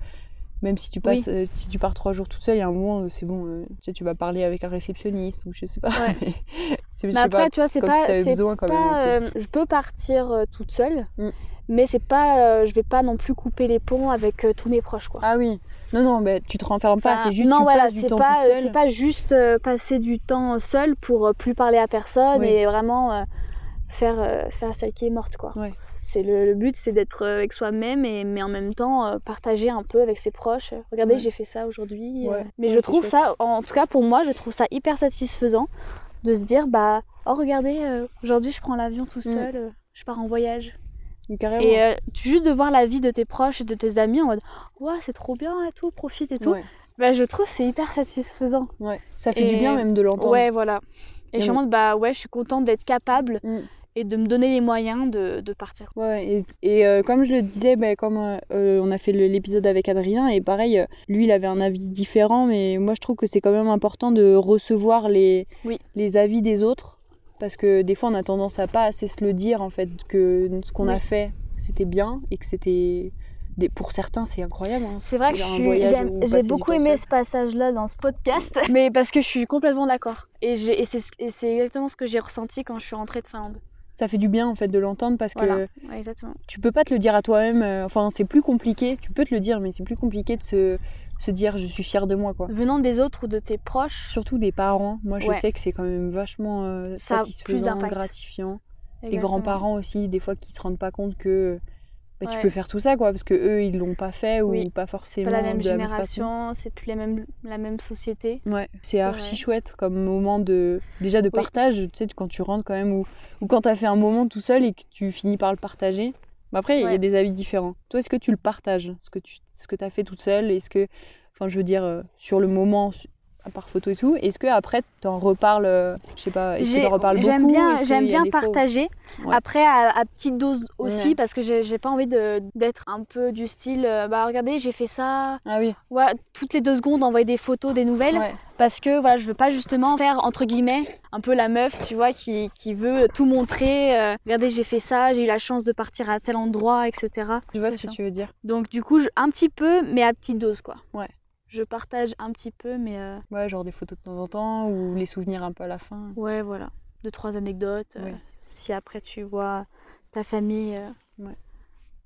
S1: même si tu
S2: Oui.
S1: passes, euh, si tu pars trois jours toute seule, il y a un moment, où c'est bon, euh, tu sais, tu vas parler avec un réceptionniste ou je sais pas.
S2: Ouais.
S1: mais c'est- je
S2: mais
S1: sais
S2: après
S1: pas,
S2: tu vois c'est
S1: comme
S2: pas
S1: si t'avais
S2: c'est
S1: besoin quand même. un
S2: pas,
S1: peu.
S2: euh, je peux partir euh, toute seule
S1: Mm.
S2: mais c'est pas euh, je vais pas non plus couper les ponts avec euh, tous mes proches quoi
S1: Ah oui, non non, mais tu te renfermes pas,
S2: Enfin,
S1: c'est juste
S2: non,
S1: tu
S2: voilà,
S1: passes du
S2: c'est
S1: temps
S2: pas, euh,
S1: toute seule.
S2: C'est pas juste euh, passer du temps seul pour euh, plus parler à personne
S1: Oui.
S2: et vraiment euh, faire, euh, faire celle qui est morte, quoi.
S1: Ouais.
S2: C'est le, le but, c'est d'être euh, avec soi-même, et, mais en même temps euh, partager un peu avec ses proches. Euh, Regardez,
S1: Ouais.
S2: j'ai fait ça aujourd'hui.
S1: Ouais.
S2: euh. Mais
S1: Ouais,
S2: je
S1: c'est
S2: trouve ça, en tout cas pour moi, je trouve ça hyper satisfaisant de se dire, bah, oh regardez, euh, aujourd'hui je prends l'avion tout
S1: Mm.
S2: seul, euh, je pars en voyage.
S1: Donc, Carrément.
S2: Et euh, tu- juste de voir la vie de tes proches et de tes amis en mode, ouais, c'est trop bien et tout, profite et tout.
S1: Ouais,
S2: Bah, je trouve que c'est hyper satisfaisant.
S1: ouais. Ça fait du
S2: Et-
S1: bien même de l'entendre.
S2: Ouais, voilà.
S1: Non,
S2: Et je me
S1: mais-
S2: demande, bah ouais, je suis contente d'être capable
S1: Mm.
S2: et de me donner les moyens de, de partir.
S1: Ouais, et, et, euh, comme je le disais, bah, comme euh, euh, on a fait le- l'épisode avec Adrien, et pareil, euh, lui, il avait un avis différent, mais moi, je trouve que c'est quand même important de recevoir les,
S2: Oui.
S1: les avis des autres, parce que des fois, on a tendance à pas assez se le dire, en fait, que ce qu'on a
S2: Oui.
S1: fait, c'était bien, et que c'était... des- Pour certains, c'est incroyable. hein,
S2: C'est vrai que
S1: faire
S2: je
S1: un
S2: suis-
S1: voyage
S2: j'aime-
S1: ou
S3: J'ai
S1: passer du
S3: beaucoup
S1: temps
S3: aimé
S1: seul.
S3: ce passage-là dans ce podcast.
S2: Mais parce que je suis complètement d'accord. Et, j'ai- et c'est ce- et c'est exactement ce que j'ai ressenti quand je suis rentrée de Finlande.
S1: Ça fait du bien, en fait, de l'entendre, parce que...
S2: Voilà, Ouais, exactement.
S1: tu peux pas te le dire à toi-même. euh, Enfin, c'est plus compliqué. Tu peux te le dire, mais c'est plus compliqué de se, se dire je suis fier de moi, quoi.
S2: Venant des autres ou de tes proches,
S1: Surtout des parents. Moi, je
S2: Ouais.
S1: sais que c'est quand même vachement euh,
S2: Ça a plus
S1: satisfaisant,
S2: d'impact.
S1: gratifiant. Les
S2: exactement.
S1: grands-parents aussi, des fois, qui se rendent pas compte que bah, tu
S2: Ouais.
S1: peux faire tout ça, quoi, parce que eux, ils l'ont pas fait ou
S2: Oui.
S1: pas
S2: C'est
S1: forcément
S2: pas la même
S1: de la même façon.
S2: génération, c'est plus les mêmes, la même société.
S1: Ouais, c'est archi
S2: vrai.
S1: chouette comme moment de déjà de
S2: Oui.
S1: partage, tu sais quand tu rentres quand même ou, ou quand t'as fait un moment tout seul et que tu finis par le partager. Mais après il y a
S2: Ouais.
S1: des avis différents. Toi est-ce que tu le partages ce que tu ce que t'as fait toute seule est-ce que enfin je veux dire euh, sur le moment su- à part photo et tout, est-ce que après t'en reparles euh, je sais pas, est-ce que
S2: J'ai-
S1: t'en reparles beaucoup
S2: J'aime bien,
S1: Est-ce qu'il
S2: j'aime
S1: y a
S2: bien
S1: des fois où-
S2: partager.
S1: Ouais.
S2: Après, à, à petite dose aussi,
S1: Ouais.
S2: parce que j'ai j'ai pas envie de- d'être un peu du style, euh, bah regardez, j'ai fait ça.
S1: Ah oui,
S2: Ouais, toutes les deux secondes, envoyer des photos, des nouvelles.
S1: ouais.
S2: Parce que voilà, je veux pas justement faire entre guillemets un peu la meuf, tu vois, qui, qui veut tout montrer. euh, regardez, j'ai fait ça, j'ai eu la chance de partir à tel endroit, etc.
S1: je vois ce
S2: C'est
S1: que
S2: chiant.
S1: tu veux dire.
S2: Donc du coup, je- un petit peu, mais à petite dose, quoi.
S1: Ouais.
S2: Je partage un petit peu, mais euh,
S1: Ouais, genre des photos de temps en temps ou les souvenirs un peu à la fin.
S2: ouais, voilà, deux trois anecdotes. euh,
S1: Oui.
S2: si après tu vois ta famille, euh,
S1: Ouais.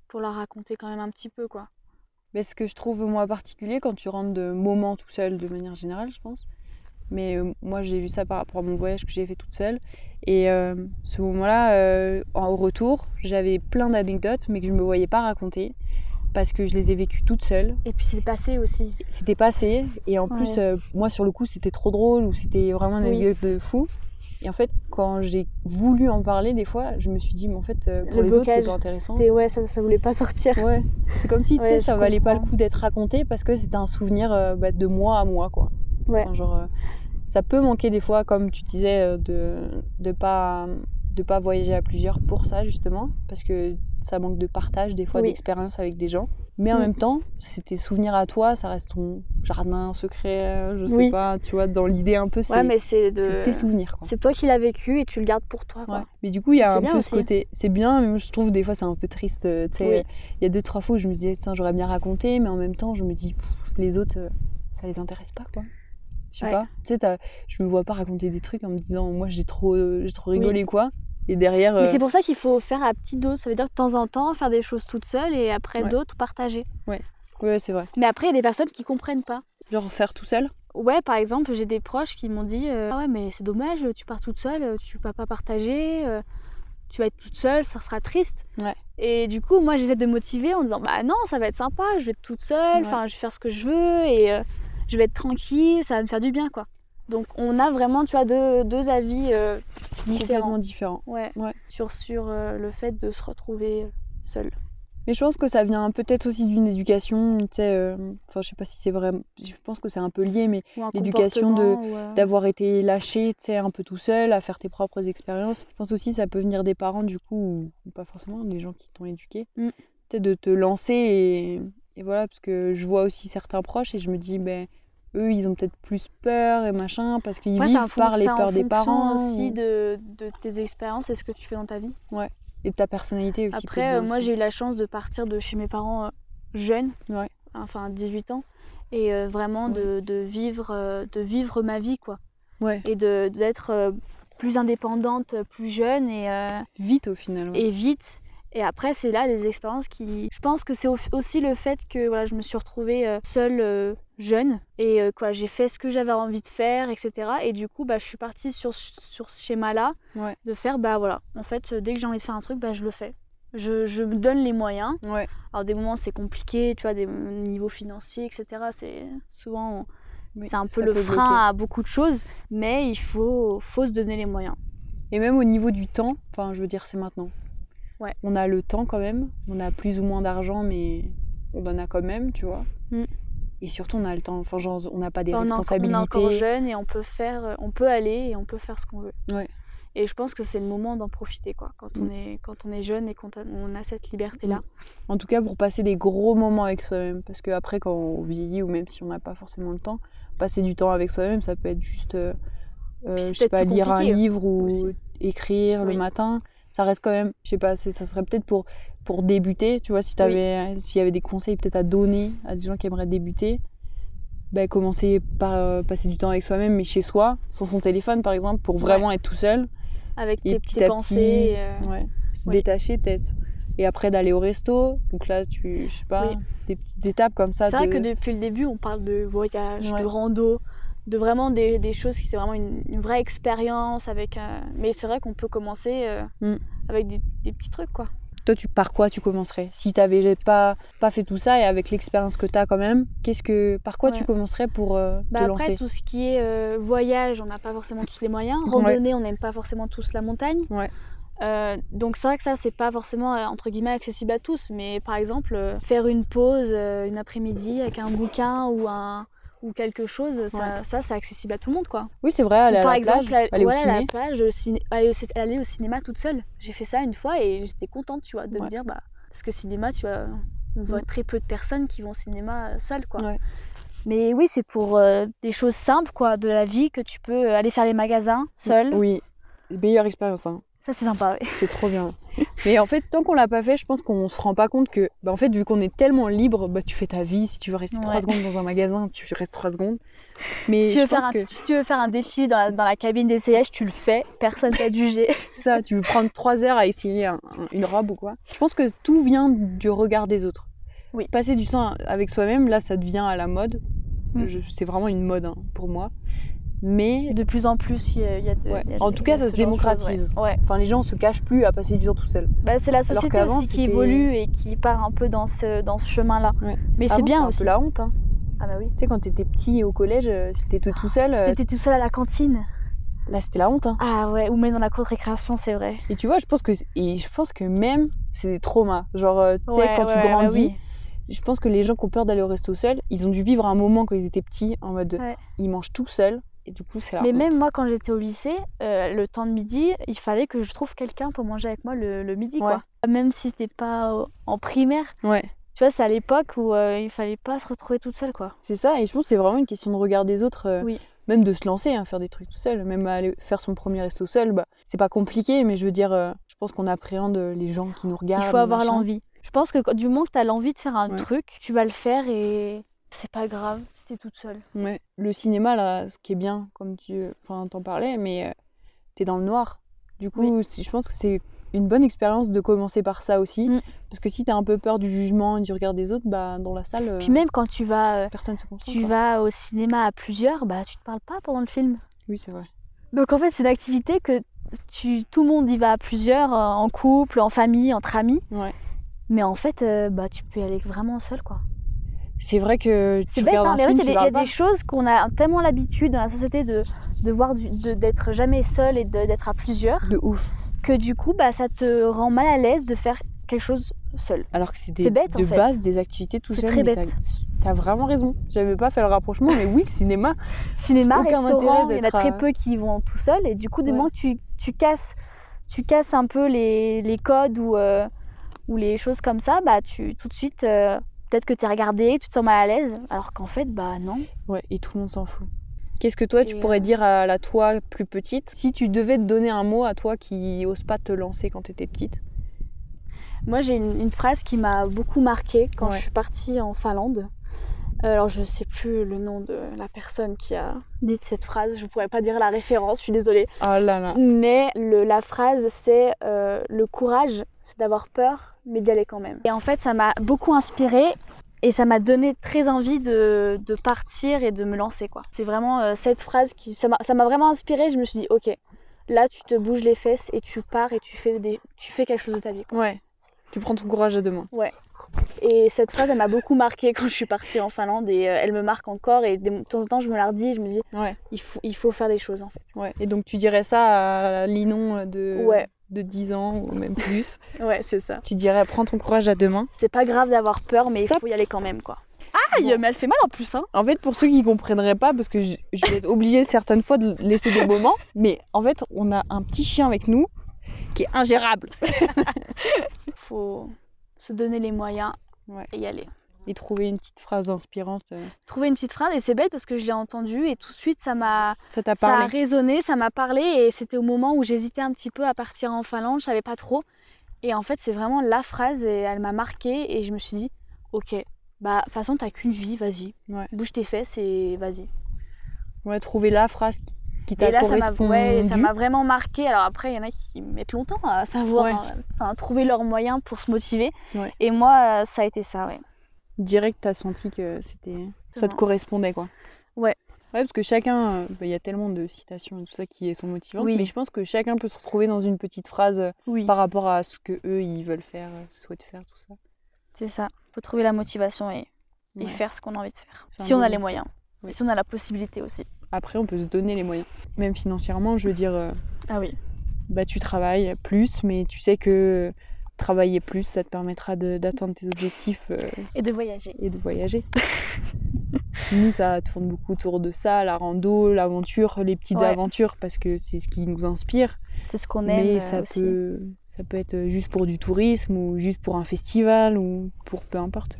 S2: pour leur raconter quand même un petit peu, quoi.
S1: Mais ce que je trouve moi particulier quand tu rentres de moments tout seul de manière générale, je pense. Mais euh, moi j'ai vu ça par rapport à mon voyage que j'ai fait toute seule. Et euh, ce moment-là, euh, en- au retour, j'avais plein d'anecdotes mais que je ne me voyais pas raconter parce que je les ai vécues toute seule.
S2: Et puis c'est passé aussi.
S1: C'était passé et en plus,
S2: Ouais.
S1: euh, moi sur le coup, c'était trop drôle ou c'était vraiment une
S2: Oui.
S1: anecdote de fou. Et en fait, quand j'ai voulu en parler des fois, je me suis dit, mais en fait, euh, pour les
S2: Le
S1: autres, c'est
S2: blocage.
S1: pas intéressant.
S2: Et ouais, ça, ça voulait pas sortir.
S1: Ouais. C'est comme si tu sais,
S2: Ouais, je
S1: ça valait pas le
S2: comprends.
S1: coup d'être raconté parce que c'était un souvenir euh, bah, de moi à moi quoi.
S2: Ouais.
S1: Enfin, genre, euh, ça peut manquer des fois, comme tu disais, euh, de de pas de pas voyager à plusieurs pour ça justement parce que ça manque de partage des fois
S2: Oui.
S1: d'expérience avec des gens. Mais en
S2: Mm.
S1: même temps, c'est tes souvenirs à toi, ça reste ton jardin secret, euh, je sais
S2: Oui.
S1: pas, tu vois, dans l'idée un peu c'est
S2: Ouais, mais c'est
S1: c'est
S2: de.
S1: tes souvenirs quoi.
S2: C'est toi qui l'as vécu et tu le gardes pour toi. Quoi.
S1: Ouais. Mais du coup, il y a
S2: C'est
S1: un
S2: bien
S1: peu ce
S2: aussi.
S1: côté. C'est bien, mais moi, je trouve des fois c'est un peu triste. euh, tu sais,
S2: Oui.
S1: euh, il y a deux trois fois où je me disais putain j'aurais bien raconté, mais en même temps je me dis Pff, les autres euh, ça les intéresse pas quoi. Je sais
S2: Ouais.
S1: pas. Tu sais, t'as- je me vois pas raconter des trucs en me disant moi j'ai trop euh, j'ai trop rigolé quoi. Et derrière.
S2: Mais
S1: euh,
S2: c'est pour ça qu'il faut faire à petite dose. Ça veut dire de temps en temps faire des choses toute seule et après
S1: Ouais.
S2: d'autres partager.
S1: Ouais c'est vrai.
S2: Mais après, il y a des personnes qui comprennent pas.
S1: Genre faire tout seul.
S2: Ouais, par exemple, j'ai des proches qui m'ont dit euh, Ah ouais, mais c'est dommage, tu pars toute seule, tu vas pas partager. euh, tu vas être toute seule, ça sera triste.
S1: Ouais.
S2: Et du coup, moi, j'essaie de motiver en disant, bah non, ça va être sympa, je vais être toute seule,
S1: Ouais.
S2: enfin, je vais faire ce que je veux et euh, je vais être tranquille, ça va me faire du bien, quoi. Donc, on a vraiment, tu vois, deux, deux avis euh, différents.
S1: Complètement différent.
S2: Ouais.
S1: Ouais.
S2: Sur, sur euh, le fait de se retrouver euh, seul.
S1: Mais je pense que ça vient peut-être aussi d'une éducation, tu sais, euh, enfin je sais pas si c'est vrai, je pense que c'est un peu lié, mais L'éducation de-
S2: euh,
S1: d'avoir été lâché, tu sais, un peu tout seul, à faire tes propres expériences. Je pense aussi ça peut venir des parents, du coup, ou, ou pas forcément, des gens qui t'ont éduqué.
S2: Mm.
S1: Peut-être de te lancer et, et voilà, parce que je vois aussi certains proches et je me dis, ben, eux, ils ont peut-être plus peur et machin, parce qu'ils vivent par les peurs des parents
S2: aussi
S1: ou-
S2: de, de tes expériences et ce que tu fais dans ta vie.
S1: et de ta personnalité aussi.
S2: Après,
S1: peut-être
S2: euh,
S1: bien
S2: moi,
S1: aussi.
S2: j'ai eu la chance de partir de chez mes parents euh, jeunes,
S1: Ouais.
S2: enfin 18 ans, et euh, vraiment de, de vivre, euh, de vivre ma vie, quoi.
S1: Ouais,
S2: Et de- d'être euh, plus indépendante, euh, plus jeune et, euh,
S1: vite au final. ouais.
S2: et vite. Et après, c'est là les expériences qui. Je pense que c'est au- aussi le fait que voilà, je me suis retrouvée euh, seule euh, jeune et euh, quoi, j'ai fait ce que j'avais envie de faire, etc. Et du coup, bah, je suis partie sur, sur ce schéma-là
S1: Ouais.
S2: de faire bah voilà, en fait, euh, dès que j'ai envie de faire un truc, bah, je le fais. Je, je me donne les moyens.
S1: Ouais,
S2: Alors, des moments, c'est compliqué, tu vois, des niveaux financiers, etc. C'est souvent.
S1: oui,
S2: c'est un peu
S1: ça
S2: le
S1: peut
S2: frein
S1: bloquer.
S2: à beaucoup de choses, mais il faut, faut se donner les moyens.
S1: Et même au niveau du temps, enfin, je veux dire, c'est maintenant.
S2: Ouais.
S1: On a le temps quand même. On a plus ou moins d'argent, mais on en a quand même, tu vois.
S2: Mm.
S1: Et surtout, on a le temps. Enfin, genre, on n'a pas des
S2: Enfin, on est encore-
S1: responsabilités.
S2: On est encore jeune et on peut faire, euh, on peut aller et on peut faire ce qu'on veut.
S1: Ouais. Mm.
S2: Et je pense que c'est le moment d'en profiter quoi. Quand on est quand on est jeune et qu'on a, on a cette liberté là.
S1: En tout cas, pour passer des gros moments avec soi-même. Parce que après, quand on vieillit, ou même si on n'a pas forcément le temps, passer du temps avec soi-même, ça peut être juste, euh, euh,
S2: c'est
S1: je sais
S2: peut-être
S1: pas,
S2: plus
S1: lire un
S2: compliqué hein,
S1: livre ou
S2: aussi.
S1: écrire
S2: Oui.
S1: le matin. Ça reste quand même, je sais pas, c'est- ça serait peut-être pour, pour débuter. Tu vois, si t'avais- euh, s'il y avait des conseils peut-être à donner à des gens qui aimeraient débuter, ben, commencer par euh, passer du temps avec soi-même, mais chez soi, sans son téléphone par exemple, pour vraiment être tout seul.
S2: Avec
S1: Et
S2: tes
S1: petit
S2: petites
S1: à
S2: pensées.
S1: petit,
S2: euh,
S1: Ouais. Se
S2: Oui.
S1: détacher peut-être. Et après d'aller au resto. Donc là, tu, je sais pas,
S2: Oui.
S1: des petites étapes comme ça.
S2: C'est vrai
S1: de-
S2: que depuis le début on parle de voyage,
S1: Ouais.
S2: de rando, de vraiment des, des choses qui c'est vraiment une, une vraie expérience avec. euh, Mais c'est vrai qu'on peut commencer euh,
S1: Mm.
S2: avec des, des petits trucs quoi.
S1: Toi, tu, par quoi tu commencerais Si t'avais pas, pas fait tout ça et avec l'expérience que t'as quand même, qu'est-ce que, par quoi tu
S2: Ouais.
S1: commencerais pour euh,
S2: Bah
S1: te
S2: après
S1: lancer
S2: tout ce qui est euh, voyage, on n'a pas forcément tous les moyens. Randonnée, on n'aime pas forcément tous la montagne.
S1: Ouais.
S2: Euh, donc c'est vrai que ça c'est pas forcément euh, entre guillemets accessible à tous, mais par exemple euh, faire une pause euh, une après-midi avec un bouquin ou un ou quelque chose, ça ça, c'est accessible à tout le monde quoi.
S1: Oui, c'est vrai, aller
S2: Ou
S1: à
S2: par
S1: la
S2: exemple
S1: plage,
S2: la-
S1: aller
S2: ouais,
S1: au
S2: la
S1: ciné.
S2: plage, le ciné- aller, au, cin- aller au cinéma toute seule. J'ai fait ça une fois et j'étais contente tu vois de
S1: Ouais.
S2: me dire bah parce que cinéma tu vois on voit
S1: Mm.
S2: très peu de personnes qui vont au cinéma euh, seules quoi.
S1: Ouais.
S2: Mais oui, c'est pour euh, des choses simples quoi, de la vie que tu peux euh, aller faire les magasins seul.
S1: Oui, meilleure expérience. hein.
S2: Ça c'est sympa. ouais.
S1: C'est trop bien. Mais en fait, tant qu'on l'a pas fait, je pense qu'on se rend pas compte que, bah, en fait, vu qu'on est tellement libre, bah, tu fais ta vie. Si tu veux rester
S2: Ouais.
S1: trois secondes dans un magasin, tu restes trois secondes. Mais
S2: Si tu,
S1: je
S2: veux faire
S1: pense
S2: un,
S1: que
S2: si tu veux faire un défi dans la, dans la cabine d'essayage, tu le fais. Personne t'a jugé.
S1: ça, tu veux prendre trois heures à essayer un- un- une robe ou quoi. Je pense que tout vient du regard des autres.
S2: Oui.
S1: Passer du temps avec soi-même, là, ça devient à la mode.
S2: Mm.
S1: Je- C'est vraiment une mode hein, pour moi. Mais
S2: De plus en plus, il y a, il y a de-
S1: Ouais.
S2: il y a
S1: En
S2: de-
S1: tout
S2: il y a
S1: cas, ça
S2: ce
S1: se
S2: genre de choses, ouais.
S1: démocratise.
S2: Ouais.
S1: enfin, les gens se cachent plus à passer du temps tout seul.
S2: Bah, c'est la société
S1: qu'avant,
S2: aussi qui
S1: c'était-
S2: évolue et qui part un peu dans ce, dans ce chemin-là.
S1: Ouais.
S2: Mais c'est
S1: Avant,
S2: bien
S1: c'était
S2: aussi.
S1: Un peu la honte. hein.
S2: Ah bah oui.
S1: Tu sais, quand t'étais petit au collège, euh, si t'étais tout seul, euh,
S2: T'étais tout seul à la cantine.
S1: là, c'était la honte. hein.
S2: Ah ouais, ou même dans la cour de récréation, c'est vrai.
S1: Et tu vois, je pense que, et je pense que même, c'est des traumas. Genre, euh, tu sais,
S2: Ouais,
S1: quand
S2: ouais,
S1: tu
S2: bah
S1: grandis,
S2: oui.
S1: je pense que les gens qui ont peur d'aller au resto seul, ils ont dû vivre un moment quand ils étaient petits en mode
S2: Ouais.
S1: ils mangent tout seuls et du coup c'est la
S2: Mais
S1: honte.
S2: même moi, quand j'étais au lycée, euh, le temps de midi, il fallait que je trouve quelqu'un pour manger avec moi le, le midi, quoi. Euh, Même si c'était pas au- en primaire,
S1: Ouais,
S2: tu vois, c'est à l'époque où euh, il fallait pas se retrouver toute seule, quoi.
S1: c'est ça. Et je pense que c'est vraiment une question de regard des autres, euh,
S2: Oui.
S1: même de se lancer, hein, faire des trucs tout seul, même aller faire son premier resto seul, bah, c'est pas compliqué, mais je veux dire, euh, je pense qu'on appréhende les gens qui nous regardent.
S2: il faut avoir
S1: machin.
S2: l'envie. Je pense que quand- du moment que t'as l'envie de faire un
S1: Ouais.
S2: truc, tu vas le faire et c'est pas grave si t'es toute seule.
S1: Ouais. Le cinéma, là, ce qui est bien, comme tu enfin, t'en parlais, mais euh, t'es dans le noir. Du coup, c'est- je pense que c'est une bonne expérience de commencer par ça aussi.
S2: Mm.
S1: Parce que si t'as un peu peur du jugement et du regard des autres, bah, dans la salle, euh,
S2: Puis même quand tu vas, euh,
S1: personne se concentre.
S2: tu
S1: quoi.
S2: vas au cinéma à plusieurs, bah tu te parles pas pendant le film.
S1: Oui, c'est vrai.
S2: Donc en fait, c'est une activité que tu, tout le monde y va à plusieurs, euh, en couple, en famille, entre amis.
S1: Ouais.
S2: Mais en fait, euh, bah, tu peux y aller vraiment seul, quoi.
S1: C'est vrai que
S2: C'est
S1: tu
S2: bête,
S1: regardes
S2: hein,
S1: un
S2: mais oui,
S1: film,
S2: il y
S1: tu
S2: a, des, il y a
S1: parles
S2: des
S1: pas.
S2: choses qu'on a tellement l'habitude dans la société de, de voir du- de- d'être jamais seul et de- d'être à plusieurs,
S1: de ouf.
S2: que du coup, bah, ça te rend mal à l'aise de faire quelque chose seul.
S1: Alors que c'est des
S2: C'est bête, en
S1: de
S2: fait.
S1: base des activités tout
S2: C'est
S1: seul.
S2: très
S1: mais
S2: bête.
S1: t'as- T'as vraiment raison. J'avais pas fait le rapprochement, mais oui, le cinéma.
S2: Cinéma,
S1: Aucun
S2: restaurant,
S1: intérêt
S2: il y en a
S1: d'être à-
S2: très peu qui y vont tout seul, et du coup, du
S1: Ouais.
S2: moment que tu, tu casses, tu casses un peu les, les codes ou, euh, ou les choses comme ça, bah, tu, tout de suite, euh, peut-être que tu es regardé, tu te sens mal à l'aise, alors qu'en fait, bah non.
S1: Ouais, et tout le monde s'en fout. Qu'est-ce que toi, tu
S2: Et,
S1: pourrais
S2: euh,
S1: dire à la toi plus petite si tu devais te donner un mot à toi qui ose pas te lancer quand t'étais petite
S2: Moi, j'ai une, une phrase qui m'a beaucoup marquée quand
S1: Ouais.
S2: je suis partie en Finlande. Euh, Alors, je sais plus le nom de la personne qui a dit cette phrase. Je ne pourrais pas dire la référence, je suis désolée.
S1: Ah là là.
S2: Mais le- la phrase, c'est euh, le courage, c'est d'avoir peur, mais d'y aller quand même. Et en fait, ça m'a beaucoup inspirée et ça m'a donné très envie de, de partir et de me lancer. quoi. C'est vraiment euh, cette phrase qui ça m'a ça m'a vraiment inspirée. Je me suis dit, ok, là, tu te bouges les fesses et tu pars et tu fais, des, tu fais quelque chose de ta vie. quoi.
S1: Ouais. Tu prends ton courage à deux mains.
S2: Et cette phrase, elle m'a beaucoup marquée quand je suis partie en Finlande et euh, elle me marque encore. Et de temps en temps, je me la redis et je me dis,
S1: Ouais.
S2: il faut, il faut faire des choses en fait.
S1: Ouais. Et donc tu dirais ça à Linon de
S2: Ouais.
S1: de 10 ans ou même plus.
S2: Ouais, c'est ça.
S1: tu dirais prends ton courage à deux mains.
S2: C'est pas grave d'avoir peur, mais
S1: Stop.
S2: il faut y aller quand même, quoi. Ah,
S1: Bon.
S2: mais elle fait mal en plus, hein.
S1: En fait, pour ceux qui comprendraient pas, parce que je, je vais être obligée certaines fois de laisser des moments, mais en fait, on a un petit chien avec nous qui est ingérable.
S2: Faut se donner les moyens
S1: Ouais.
S2: et y aller.
S1: Et trouver une petite phrase inspirante, euh,
S2: Trouver une petite phrase, et c'est bête parce que je l'ai entendue, et tout de suite, ça m'a
S1: ça t'a
S2: ça a
S1: parlé.
S2: résonné, ça m'a parlé, et c'était au moment où j'hésitais un petit peu à partir en Finlande, je savais pas trop. Et en fait, c'est vraiment la phrase, et elle m'a marquée, et je me suis dit, ok, bah, de toute façon, t'as qu'une vie, vas-y.
S1: Ouais.
S2: Bouge tes fesses et vas-y.
S1: Ouais, trouver la phrase qui, qui
S2: Et
S1: t'a
S2: là, ça m'a
S1: correspondu.
S2: ouais, ça m'a vraiment marqué. Alors après, il y en a qui mettent longtemps à savoir,
S1: Ouais.
S2: hein, enfin, trouver leurs moyens pour se motiver.
S1: Ouais.
S2: Et moi, euh, ça a été ça, ouais.
S1: Direct, t'as senti que c'était, ça te
S2: Exactement.
S1: correspondait, quoi.
S2: Ouais.
S1: Ouais, parce que chacun, euh, bah, il y a tellement de citations et tout ça qui sont motivantes,
S2: Oui.
S1: mais je pense que chacun peut se retrouver dans une petite phrase euh,
S2: Oui,
S1: par rapport à ce que eux ils veulent faire, euh, souhaitent faire, tout ça.
S2: c'est ça. Faut trouver la motivation et, et
S1: Ouais.
S2: faire ce qu'on a envie de faire.
S1: C'est un
S2: Si on
S1: bon
S2: a les
S1: message.
S2: moyens.
S1: Oui.
S2: Et si on a la possibilité aussi.
S1: Après, on peut se donner les moyens, même financièrement. Je veux dire, euh,
S2: Ah oui.
S1: bah, tu travailles plus, mais tu sais que travailler plus, ça te permettra de- d'atteindre tes objectifs euh,
S2: Et de voyager.
S1: et de voyager. nous, ça tourne beaucoup autour de ça, la rando, l'aventure, les petites
S2: Ouais.
S1: aventures, parce que c'est ce qui nous inspire.
S2: C'est ce qu'on aime
S1: Mais
S2: euh,
S1: ça
S2: aussi.
S1: peut, ça peut être juste pour du tourisme ou juste pour un festival ou pour peu importe.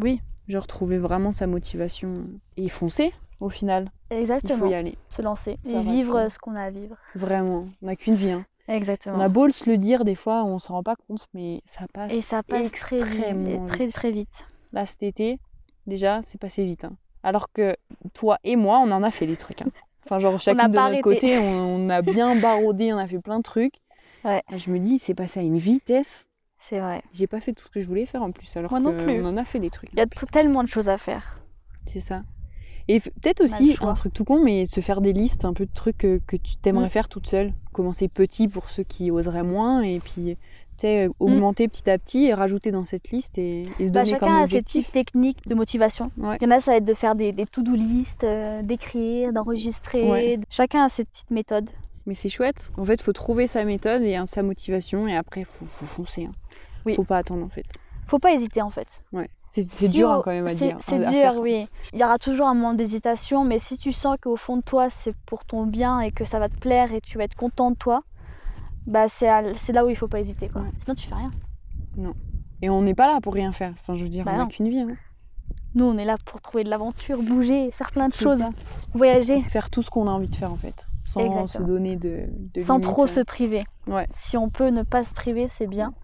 S2: Oui,
S1: Genre trouver vraiment sa motivation et foncer au final. Il faut
S2: exactement.
S1: y aller.
S2: Se lancer
S1: Ça
S2: et
S1: va
S2: vivre
S1: être-
S2: euh, ce qu'on a à vivre.
S1: Vraiment, on n'a qu'une vie. hein.
S2: Exactement.
S1: On a beau se le dire des fois, on s'en rend pas compte, mais ça passe.
S2: Et ça passe très
S1: extrêmement
S2: vite. Très,
S1: vite.
S2: très vite.
S1: Là, cet été, déjà, c'est passé vite. hein. Alors que toi et moi, on en a fait des trucs. hein. Enfin, genre, chacune
S2: pas
S1: de notre
S2: arrêté.
S1: côté, on, on a bien barodé, on a fait plein de trucs.
S2: Ouais.
S1: Et je me dis, c'est passé à une vitesse.
S2: C'est vrai.
S1: J'ai pas fait tout ce que je voulais faire en plus, alors
S2: Moi non
S1: que
S2: plus.
S1: on en a fait des trucs.
S2: Il y a tout- tellement de choses à faire.
S1: C'est ça. Et f- peut-être
S2: le
S1: aussi
S2: choix.
S1: un truc tout con, mais se faire des listes un peu de trucs euh, que, que tu t'aimerais
S2: Mm.
S1: faire toute seule. Commencer petit pour ceux qui oseraient moins, et puis tu sais, augmenter petit à petit et rajouter dans cette liste et, et se
S2: Mm. Bah,
S1: donner comme
S2: chacun a ses
S1: objectif.
S2: petites techniques de motivation.
S1: Ouais.
S2: Il y en a, ça va être de faire des, des to-do list, euh, d'écrire, d'enregistrer.
S1: Ouais.
S2: de- Chacun a ses petites méthodes.
S1: Mais c'est chouette. En fait, faut trouver sa méthode et hein, sa motivation, et après, faut, faut foncer. hein.
S2: Oui.
S1: Faut pas attendre en fait.
S2: Faut pas hésiter en fait.
S1: Ouais. C'est c'est
S2: Si
S1: dur hein,
S2: au-
S1: quand même à
S2: c'est-
S1: dire.
S2: C'est
S1: à- à
S2: dur,
S1: faire.
S2: oui. Il y aura toujours un moment d'hésitation, mais si tu sens qu'au fond de toi, c'est pour ton bien et que ça va te plaire et tu vas être content de toi, bah c'est à- c'est là où il faut pas hésiter. quoi.
S1: Ouais.
S2: Sinon, tu fais rien.
S1: Et on n'est pas là pour rien faire. Enfin, je veux dire,
S2: Bah
S1: on n'a
S2: non.
S1: qu'une vie. hein.
S2: Nous, on est là pour trouver de l'aventure, bouger, faire plein de
S1: C'est
S2: choses,
S1: ça.
S2: voyager,
S1: Faire tout ce qu'on a envie de faire en fait, sans se
S2: Exactement.
S1: donner de, de
S2: sans
S1: limites,
S2: trop
S1: hein.
S2: se priver.
S1: Ouais.
S2: Si on peut ne pas se priver, c'est bien.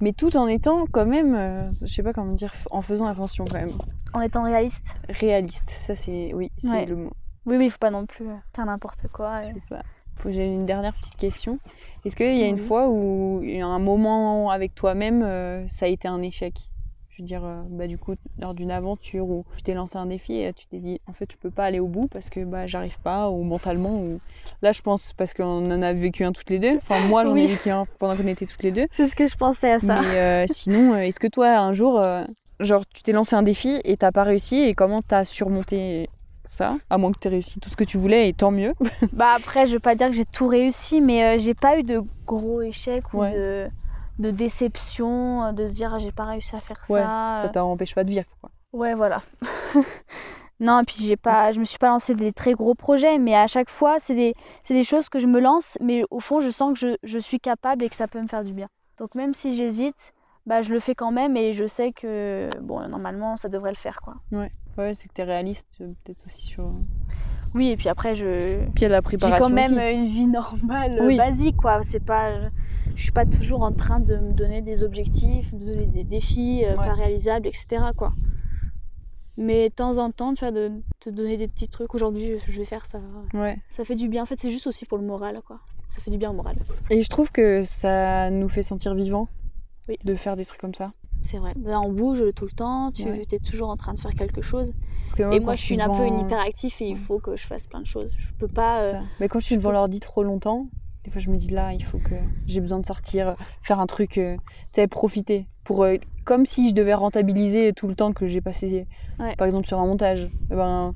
S1: mais tout en étant quand même, euh, je sais pas comment dire, f- en faisant attention quand même.
S2: En étant réaliste.
S1: Réaliste, ça c'est, oui, c'est
S2: Ouais.
S1: le mot.
S2: Oui, oui, faut pas non plus euh, faire n'importe quoi. euh.
S1: C'est ça. Faut- J'ai une dernière petite question. Est-ce qu'il y a une
S2: Oui.
S1: fois où il y a un moment avec toi-même, euh, ça a été un échec Je veux dire, euh, bah, du coup, lors d'une aventure où tu t'es lancé un défi et tu t'es dit, en fait, je peux pas aller au bout parce que bah, j'arrive pas, ou mentalement, ou. Là, je pense, parce qu'on en a vécu un toutes les deux. Enfin, moi, j'en
S2: Oui.
S1: ai vécu un pendant qu'on était toutes les deux.
S2: C'est ce que je pensais à ça.
S1: Mais euh, sinon, euh, est-ce que toi, un jour, euh, genre, tu t'es lancé un défi et t'as pas réussi, et comment t'as surmonté ça À moins que t'aies réussi tout ce que tu voulais, et tant mieux.
S2: Bah après, je veux pas dire que j'ai tout réussi, mais euh, j'ai pas eu de gros échecs ou
S1: Ouais.
S2: de, de déception, euh, de se dire Ah, j'ai pas réussi à faire
S1: Ouais,
S2: ça. euh.
S1: ça t'empêche pas de vivre, quoi.
S2: Ouais, voilà. non, et puis j'ai pas, je me suis pas lancé des très gros projets, mais à chaque fois, c'est des, c'est des choses que je me lance, mais au fond, je sens que je, je suis capable et que ça peut me faire du bien. Donc même si j'hésite, bah je le fais quand même et je sais que bon, normalement, ça devrait le faire quoi.
S1: Ouais, c'est que t'es réaliste, euh, peut-être aussi sur.
S2: Oui, et puis après, je
S1: Puis il y a la
S2: j'ai
S1: préparation.
S2: quand même
S1: aussi.
S2: euh, une vie normale, euh,
S1: Oui.
S2: basique quoi. C'est pas, je, je suis pas toujours en train de me donner des objectifs, de donner des défis euh,
S1: Ouais.
S2: pas réalisables, etc. quoi. Mais de temps en temps, tu vois, de te donner des petits trucs. Aujourd'hui, je vais faire ça.
S1: Ouais.
S2: Ça fait du bien. En fait, c'est juste aussi pour le moral, quoi. Ça fait du bien au moral.
S1: Et je trouve que ça nous fait sentir vivants
S2: Oui.
S1: de faire des trucs comme ça.
S2: C'est vrai. Là, on bouge tout le temps. Tu
S1: Ouais.
S2: es toujours en train de faire quelque chose.
S1: Parce que
S2: et
S1: quand
S2: moi, je suis une- un
S1: devant-
S2: peu une hyperactif et il
S1: Ouais.
S2: faut que je fasse plein de choses. Je peux pas. euh,
S1: ça. Mais quand je suis devant l'ordi trop longtemps, des fois je me dis là, il faut que j'ai besoin de sortir, faire un truc, euh, tu sais, profiter. Pour, euh, comme si je devais rentabiliser tout le temps que j'ai passé,
S2: Ouais.
S1: par exemple sur un montage. Eh ben,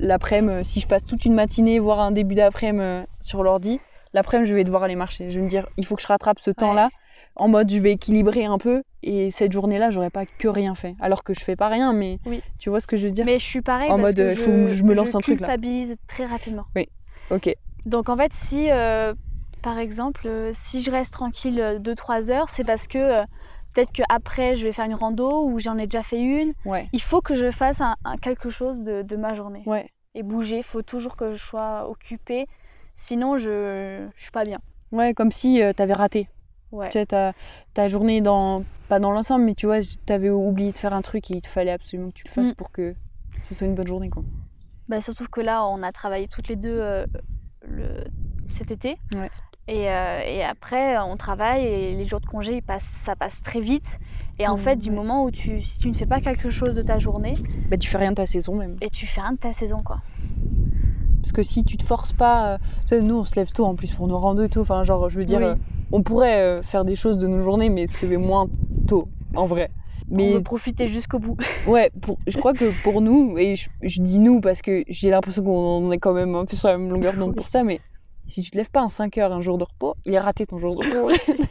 S1: L'après-midi, si je passe toute une matinée, voire un début d'après-midi euh, sur l'ordi, l'après-midi je vais devoir aller marcher. Je vais me dire, il faut que je rattrape ce temps-là. En mode, je vais équilibrer un peu et cette journée-là, j'aurais pas que rien fait. Alors que je fais pas rien, mais
S2: Oui.
S1: tu vois ce que je veux dire
S2: Mais je suis pareil.
S1: En
S2: parce
S1: mode,
S2: que
S1: euh, faut- je me lance un truc, là.
S2: culpabilise très rapidement.
S1: Ok.
S2: Donc en fait, si euh, par exemple, euh, si je reste tranquille 2-3 heures, c'est parce que euh, peut-être qu'après je vais faire une rando ou j'en ai déjà fait une.
S1: Ouais.
S2: Il faut que je fasse un, un quelque chose de, de ma journée
S1: Ouais.
S2: et bouger. Il faut toujours que je sois occupée, sinon je, je suis pas bien.
S1: Ouais, comme si tu t'avais raté.
S2: Ouais.
S1: Tu sais, ta, ta journée dans, pas dans l'ensemble, mais tu vois, t'avais oublié de faire un truc et il te fallait absolument que tu le fasses
S2: Mm.
S1: pour que ce soit une bonne journée, quoi.
S2: Bah, surtout que là, on a travaillé toutes les deux euh, le- cet été.
S1: Ouais.
S2: Et, euh, et après, on travaille et les jours de congé, ils passent, ça passe très vite. Et en
S1: Mmh,
S2: fait, du
S1: ouais.
S2: moment où tu, si tu ne fais pas quelque chose de ta journée,
S1: Bah, tu fais rien de ta saison, même.
S2: et tu fais un de ta saison, quoi.
S1: Parce que si tu te forces pas... euh, tu sais, nous, on se lève tôt, en plus, pour nos randos et tout. Enfin, genre, je veux dire,
S2: Oui.
S1: euh, on pourrait euh, faire des choses de nos journées, mais se lever moins tôt, en vrai.
S2: on
S1: Mais
S2: veut profiter jusqu'au bout.
S1: ouais, pour, je crois que pour nous, et je, je dis nous parce que j'ai l'impression qu'on est quand même un peu sur la même longueur d'onde pour ça, mais si tu te lèves pas un 5 heures un jour de repos, il est raté ton jour de repos.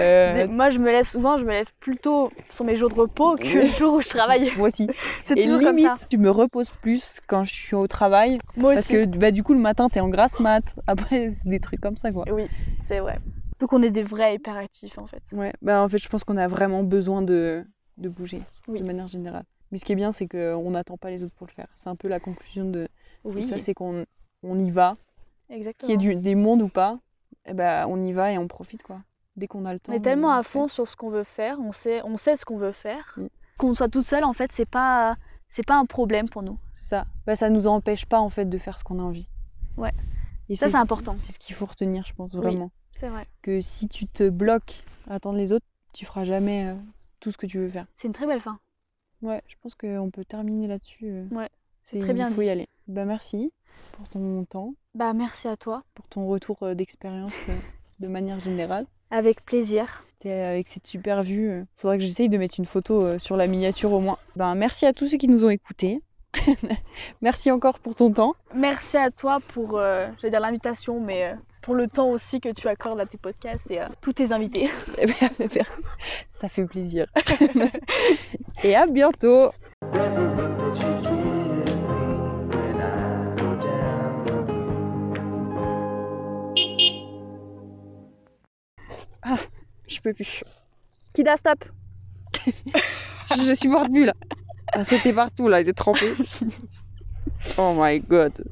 S1: Euh,
S2: Mais Moi, je me lève souvent, je me lève plutôt sur mes jours de repos que le jour où je travaille.
S1: moi aussi.
S2: C'est
S1: Et
S2: toujours comme ça.
S1: limite, tu me reposes plus quand je suis au travail.
S2: Moi
S1: Parce
S2: aussi.
S1: que bah, du coup, le matin, t'es en grasse mat. Après, c'est des trucs comme ça, quoi.
S2: Oui, c'est vrai. Donc, on est des vrais hyperactifs, en fait.
S1: Ouais, bah en fait, je pense qu'on a vraiment besoin de, de bouger,
S2: Oui.
S1: de manière générale. Mais ce qui est bien, c'est qu'on n'attend pas les autres pour le faire. C'est un peu la conclusion de, de
S2: Oui,
S1: ça, c'est qu'on on y va. Qu'il
S2: exactement.
S1: y ait du- des mondes ou pas, eh ben, on y va et on profite, quoi. Dès qu'on a le temps.
S2: On est tellement
S1: on
S2: à
S1: le
S2: fond sur ce qu'on veut faire, on sait, on sait ce qu'on veut faire.
S1: Mm.
S2: Qu'on soit toute seule, en fait, c'est pas, c'est pas un problème pour nous.
S1: fait. C'est ça. Bah, ça nous empêche pas, en fait, de faire ce qu'on a envie.
S2: Ouais.
S1: Et
S2: Ça, c'est important.
S1: C'est ce qu'il faut retenir, je pense, vraiment.
S2: C'est vrai.
S1: Que si tu te bloques à attendre les autres, tu feras jamais euh, tout ce que tu veux faire.
S2: C'est une très belle fin.
S1: Ouais, je pense qu'on peut terminer là-dessus. euh.
S2: Ouais,
S1: C'est
S2: très bien
S1: Il faut
S2: dit.
S1: y aller. Bah, merci pour ton temps,
S2: Bah merci à toi.
S1: pour ton retour euh, d'expérience euh, de manière générale.
S2: Avec plaisir.
S1: T'es avec cette super vue. euh, Faudrait que j'essaye de mettre une photo euh, sur la miniature au moins. Ben, merci à tous ceux qui nous ont écoutés. merci encore pour ton temps.
S2: Merci à toi pour, euh, je vais dire l'invitation, mais euh, pour le temps aussi que tu accordes à tes podcasts et à tous tes invités.
S1: Ça fait plaisir. Et à bientôt.
S4: There's a look that you give me when I go down the road.
S1: Ah, Je peux plus. Kida, stop. je, Ah, je supporte plus là. Elle a sauté partout là, elle était trempée. oh my god.